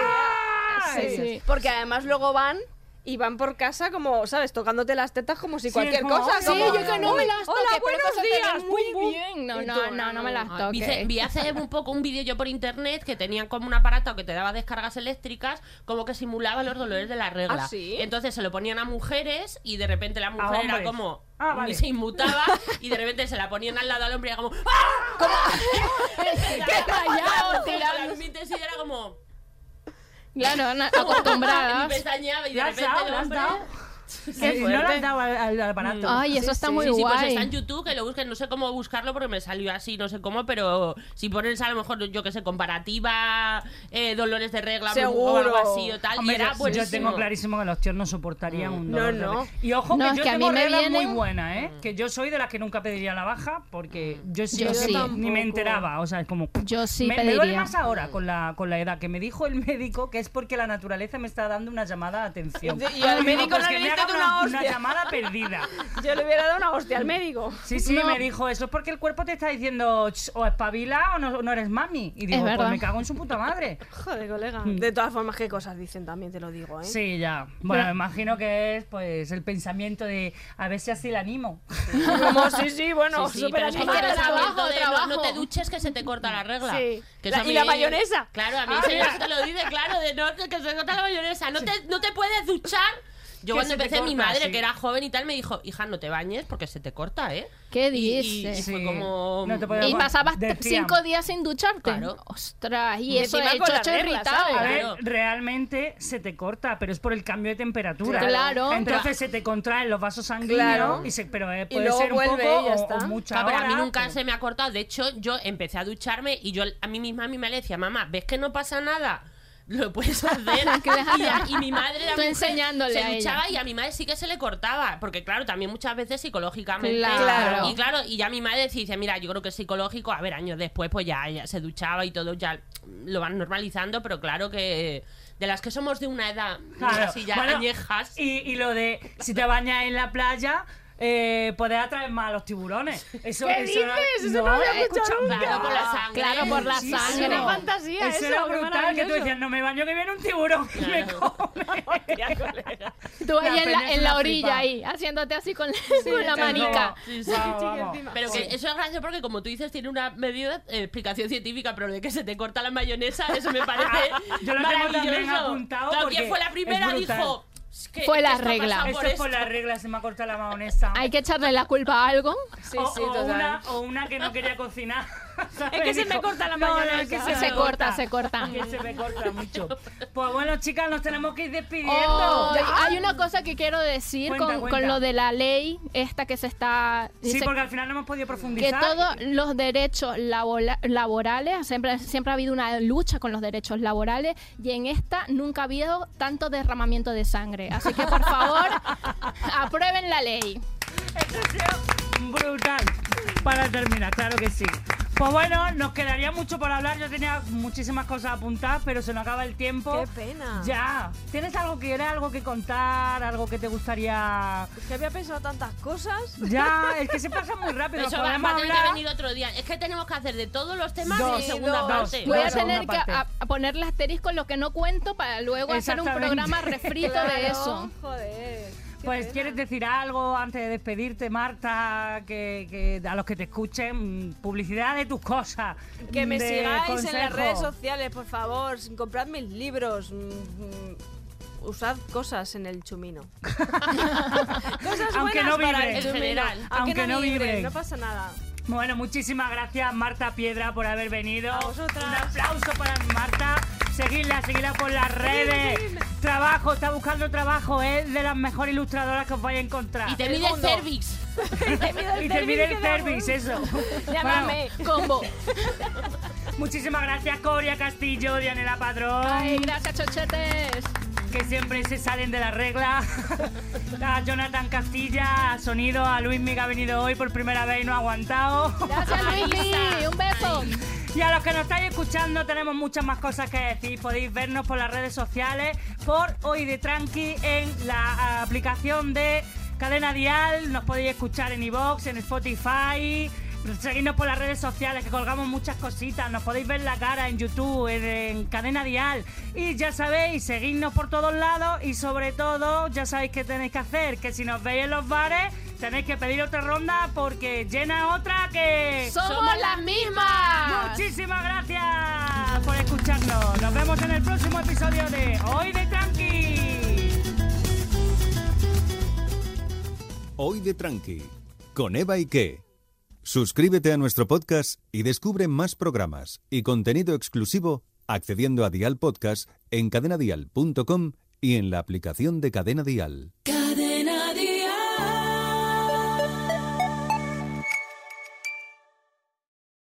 Speaker 5: Sí,
Speaker 3: Sí, sí.
Speaker 5: Porque además luego van y van por casa como, ¿sabes? Tocándote las tetas como si
Speaker 2: Sí,
Speaker 5: cualquier
Speaker 2: como,
Speaker 5: cosa.
Speaker 2: "Ay,
Speaker 3: Sí,
Speaker 5: como,
Speaker 3: yo que no me
Speaker 5: "Uy,
Speaker 3: las toque,
Speaker 5: Hola,
Speaker 3: pero
Speaker 5: buenos
Speaker 3: estas se te ven
Speaker 5: días. pum, pum".
Speaker 3: Muy bien. No,
Speaker 5: Y
Speaker 3: no,
Speaker 5: tú,
Speaker 3: no, no me las
Speaker 4: Ah, vi, ce-
Speaker 3: toque.
Speaker 4: vi hace un poco un vídeo yo por internet que tenían como un aparato que te daba descargas eléctricas, como que simulaba los dolores de la regla.
Speaker 5: ¿Ah, sí?
Speaker 4: Entonces se lo ponían a mujeres y de repente la mujer era
Speaker 2: hombres.
Speaker 4: como.
Speaker 2: Ah, vale.
Speaker 4: y se inmutaba y de repente se la ponían al lado al hombre y era como. "Ah, ¡Qué
Speaker 3: rayado,
Speaker 4: Tiraba mites y era como.
Speaker 3: Claro, na-
Speaker 4: Y
Speaker 3: acostumbradas.
Speaker 4: pestañeaba y de
Speaker 2: Ya has
Speaker 4: repente
Speaker 2: dado,
Speaker 4: el
Speaker 2: ya has
Speaker 4: hombre.
Speaker 2: dado.
Speaker 4: Sí,
Speaker 2: Que
Speaker 4: sí.
Speaker 2: no le han dado al, al aparato.
Speaker 3: Ay, eso está muy
Speaker 4: Sí, sí, pues
Speaker 3: guay.
Speaker 4: está en YouTube, que lo busquen. No sé cómo buscarlo porque me salió así, no sé cómo, pero si pones a lo mejor, yo que sé, comparativa, eh, dolores de regla,
Speaker 5: Seguro.
Speaker 4: o algo así o tal.
Speaker 2: Hombre,
Speaker 4: y era
Speaker 2: yo-
Speaker 4: buenísimo.
Speaker 2: yo tengo clarísimo que los tíos no soportarían un
Speaker 5: Mm. No,
Speaker 2: dolor. de-
Speaker 5: no. Mm.
Speaker 2: Y ojo
Speaker 3: No,
Speaker 2: que
Speaker 3: es
Speaker 2: yo
Speaker 3: que a
Speaker 2: tengo
Speaker 3: mí me
Speaker 2: reglas muy
Speaker 3: vienen-
Speaker 2: buena, ¿eh? Que yo soy de las que nunca pediría la baja porque yo sí,
Speaker 3: Yo
Speaker 2: o sea,
Speaker 3: sí.
Speaker 2: ni me enteraba, o sea, es como
Speaker 3: Yo sí
Speaker 2: me, me duele
Speaker 3: pediría.
Speaker 2: más ahora
Speaker 5: Mm.
Speaker 2: con la con la edad que me dijo el médico que es porque la naturaleza me está dando una llamada de atención.
Speaker 5: Y- y al
Speaker 2: Me dijo,
Speaker 5: médico
Speaker 2: "Pues
Speaker 5: no
Speaker 2: que
Speaker 5: le
Speaker 2: me haga
Speaker 5: diste tú
Speaker 2: una,
Speaker 5: una
Speaker 2: una
Speaker 5: hostia".
Speaker 2: llamada perdida.
Speaker 5: Yo le hubiera dado una hostia al médico.
Speaker 2: Sí, sí,
Speaker 3: No.
Speaker 2: me dijo, eso es porque el cuerpo te está diciendo "Ch, o espabila o no, o no eres mami. Y digo, pues
Speaker 3: verdad.
Speaker 2: me cago en su puta madre.
Speaker 5: Joder, colega. De todas formas, qué cosas dicen también, te lo digo, ¿eh?
Speaker 2: Mm. Sí, ya. Bueno, me imagino que es pues el pensamiento de a ver si así la animo.
Speaker 5: Como, sí, sí, bueno,
Speaker 4: Sí, sí, pero es como
Speaker 3: animada.
Speaker 4: el pensamiento de no,
Speaker 3: Trabajo,
Speaker 4: no te
Speaker 3: trabajo.
Speaker 4: duches que se te corta la regla.
Speaker 5: Sí.
Speaker 4: Que eso
Speaker 5: La-
Speaker 4: a
Speaker 5: y la mayonesa.
Speaker 4: Claro, a mí
Speaker 2: Ah,
Speaker 4: el señor
Speaker 2: mira.
Speaker 4: te lo dice, claro, de no, que se corta la mayonesa. No, te, no te puedes duchar. Yo
Speaker 2: Que
Speaker 4: cuando
Speaker 2: se te
Speaker 4: empecé, mi
Speaker 2: corta,
Speaker 4: madre,
Speaker 2: sí.
Speaker 4: que era joven y tal, me dijo, hija, no te bañes porque se te corta, ¿eh?
Speaker 3: ¿Qué
Speaker 4: Y- y-
Speaker 3: dices?
Speaker 4: fue como-
Speaker 2: No te podía-
Speaker 3: Y pasabas t-
Speaker 2: Decían.
Speaker 3: cinco días sin ducharte.
Speaker 4: Claro.
Speaker 3: Ostras, y
Speaker 5: Y
Speaker 3: eso
Speaker 5: encima
Speaker 3: el
Speaker 5: con la
Speaker 3: chocho
Speaker 5: regla,
Speaker 3: irritado.
Speaker 2: A
Speaker 5: ¿sabes?
Speaker 2: ver,
Speaker 4: Claro.
Speaker 2: realmente se te corta, pero es por el cambio de temperatura.
Speaker 3: Claro.
Speaker 2: Entonces
Speaker 3: Pero-
Speaker 2: se te contraen los vasos sanguíneos,
Speaker 5: Claro.
Speaker 2: y se, pero eh,
Speaker 5: Y
Speaker 2: puede
Speaker 5: luego
Speaker 2: ser un
Speaker 5: vuelve
Speaker 2: poco
Speaker 5: y ya
Speaker 2: o-
Speaker 5: está.
Speaker 2: o mucha
Speaker 4: No, pero a mí
Speaker 2: hora,
Speaker 4: nunca
Speaker 2: pero-
Speaker 4: se me ha cortado. De hecho, yo empecé a ducharme y yo a mí misma a mi madre decía, mamá, ¿ves que no pasa nada? Lo puedes hacer. y, a- y mi madre la
Speaker 3: Tú
Speaker 4: mujer,
Speaker 3: enseñándole
Speaker 4: se
Speaker 3: a ella.
Speaker 4: duchaba y a mi madre sí que se le cortaba. Porque claro, también muchas veces psicológicamente.
Speaker 3: Claro.
Speaker 4: Y claro, y ya mi madre decía, dice, mira, yo creo que es psicológico. A ver, años después, pues ya, ella se duchaba y todo, ya lo van normalizando, pero claro que de las que somos de una edad
Speaker 2: Claro.
Speaker 4: así ya
Speaker 2: Bueno,
Speaker 4: añejas.
Speaker 2: Y, y lo de si te bañas en la playa. eh, poder atraer más a los tiburones. Eso,
Speaker 6: ¿Qué
Speaker 2: eso era-
Speaker 6: dices? Eso no lo había escuchado
Speaker 2: escúchame.
Speaker 6: nunca.
Speaker 4: Claro, por la sangre.
Speaker 3: Claro, por la
Speaker 2: Muchísimo.
Speaker 3: sangre.
Speaker 6: Era fantasía
Speaker 2: Eso
Speaker 6: eso,
Speaker 2: era
Speaker 6: qué
Speaker 2: brutal, que tú
Speaker 6: maravilloso.
Speaker 2: decías, no me baño que viene un tiburón y me come.
Speaker 3: Tú ahí
Speaker 2: La
Speaker 3: en
Speaker 2: peña
Speaker 3: la,
Speaker 2: es
Speaker 3: en la
Speaker 2: una
Speaker 3: orilla
Speaker 2: flipa.
Speaker 3: ahí, haciéndote así con, con la manica.
Speaker 4: Sí, sí.
Speaker 2: Vamos,
Speaker 6: Sí,
Speaker 2: vamos.
Speaker 6: encima.
Speaker 4: Pero que eso es gracioso porque, como tú dices, tiene una medida, eh, explicación científica, pero de que se te corta la mayonesa, eso me parece
Speaker 2: Yo lo tengo
Speaker 4: maravilloso.
Speaker 2: también apuntado
Speaker 4: Claro,
Speaker 2: porque
Speaker 4: ¿quién fue la primera?
Speaker 2: es brutal.
Speaker 4: Dijo. "Es que
Speaker 3: Fue la
Speaker 4: esto ha
Speaker 3: regla.
Speaker 4: pasado
Speaker 2: Eso
Speaker 4: por
Speaker 2: es por
Speaker 4: esto".
Speaker 2: la regla, se me ha cortado la maonesa.
Speaker 3: Hay que echarle la culpa a algo.
Speaker 6: Sí,
Speaker 2: o,
Speaker 6: sí,
Speaker 2: o
Speaker 6: total.
Speaker 2: una, o una que no quería cocinar. ¿sabes?
Speaker 5: Es que se me
Speaker 2: Dijo,
Speaker 5: corta la
Speaker 2: "No, no,
Speaker 5: mayonesa".
Speaker 2: es que
Speaker 3: Se,
Speaker 2: me
Speaker 3: corta, se corta.
Speaker 2: Que se me corta mucho. Pues bueno, chicas, nos tenemos que ir despidiendo.
Speaker 3: Oh, hay una cosa que quiero decir
Speaker 2: Cuenta,
Speaker 3: con,
Speaker 2: cuenta.
Speaker 3: con lo de la ley, esta que se está...
Speaker 2: Sí,
Speaker 3: dice
Speaker 2: porque al final no hemos podido
Speaker 3: que
Speaker 2: profundizar.
Speaker 3: todos los derechos labola- laborales, siempre, siempre ha habido una lucha con los derechos laborales y en esta nunca ha habido tanto derramamiento de sangre. Así que por favor, aprueben la ley.
Speaker 2: Brutal. Para terminar, claro que sí. Pues bueno, nos quedaría mucho por hablar. Yo tenía muchísimas cosas apuntadas, pero se nos acaba el tiempo.
Speaker 6: Qué pena.
Speaker 2: Ya. ¿Tienes algo que quieres, algo que contar, algo que te gustaría?
Speaker 6: Es que había pensado tantas cosas.
Speaker 2: Ya, es que se pasa muy rápido.
Speaker 4: Eso va,
Speaker 2: podemos
Speaker 4: va a tener que
Speaker 2: hablar.
Speaker 4: venir otro día. Es que tenemos que hacer de todos los temas
Speaker 2: Dos,
Speaker 4: en segunda
Speaker 6: dos,
Speaker 4: parte.
Speaker 3: Voy a
Speaker 2: Claro,
Speaker 3: tener
Speaker 2: una parte.
Speaker 3: que a- a ponerle asterisco lo que no cuento para luego hacer un
Speaker 2: Exactamente.
Speaker 3: programa refrito de
Speaker 6: Claro,
Speaker 3: eso.
Speaker 6: Joder. qué
Speaker 2: Pues
Speaker 6: pena.
Speaker 2: quieres decir algo antes de despedirte, Marta, que, que a los que te escuchen, mm, publicidad de tus cosas.
Speaker 5: Que me
Speaker 2: de
Speaker 5: sigáis en las
Speaker 2: consejos.
Speaker 5: redes sociales, por favor. Comprad mis libros. mm, mm, Usad cosas en el chumino. cosas
Speaker 2: Aunque
Speaker 5: buenas
Speaker 2: no
Speaker 5: para
Speaker 2: vibren.
Speaker 5: el
Speaker 4: En
Speaker 5: chumino.
Speaker 4: general.
Speaker 2: Aunque no
Speaker 5: vibren,
Speaker 2: vibren.
Speaker 5: No pasa nada.
Speaker 2: Bueno, muchísimas gracias Marta Piedra por haber venido.
Speaker 5: A vosotras.
Speaker 2: Un aplauso para Marta. Seguidla, seguidla por las redes. Trabajo, está buscando trabajo, es de las mejores ilustradoras que os vais a encontrar.
Speaker 4: Y te mide cervix.
Speaker 2: Y te mide el service, eso.
Speaker 5: Llámame.
Speaker 3: Combo.
Speaker 2: Bueno, muchísimas gracias, Coria Castillo, Dianela Padrón.
Speaker 3: Ay, gracias, chochetes.
Speaker 2: que siempre se salen de la regla. A Jonathan Castilla, a Sonido, a Luismi que ha venido hoy por primera vez y no ha aguantado.
Speaker 3: Gracias, Luigi. Un beso.
Speaker 2: Y a los que nos estáis escuchando tenemos muchas más cosas que decir. Podéis vernos por las redes sociales, por Hoy de Tranqui, en la aplicación de Cadena Dial. Nos podéis escuchar en iVoox, en Spotify. Seguidnos por las redes sociales que colgamos muchas cositas. Nos podéis ver la cara en YouTube, en, en Cadena Dial. Y ya sabéis, seguidnos por todos lados y sobre todo ya sabéis qué tenéis que hacer. Que si nos veis en los bares tenéis que pedir otra ronda porque llena otra que...
Speaker 3: Somos las mismas.
Speaker 2: Muchísimas gracias por escucharnos. Nos vemos en el próximo episodio de Hoy de Tranqui.
Speaker 1: Hoy de Tranqui, con Eva Ike. Suscríbete a nuestro podcast y descubre más programas y contenido exclusivo accediendo a Dial Podcast en cadenadial.com y en la aplicación de Cadena Dial.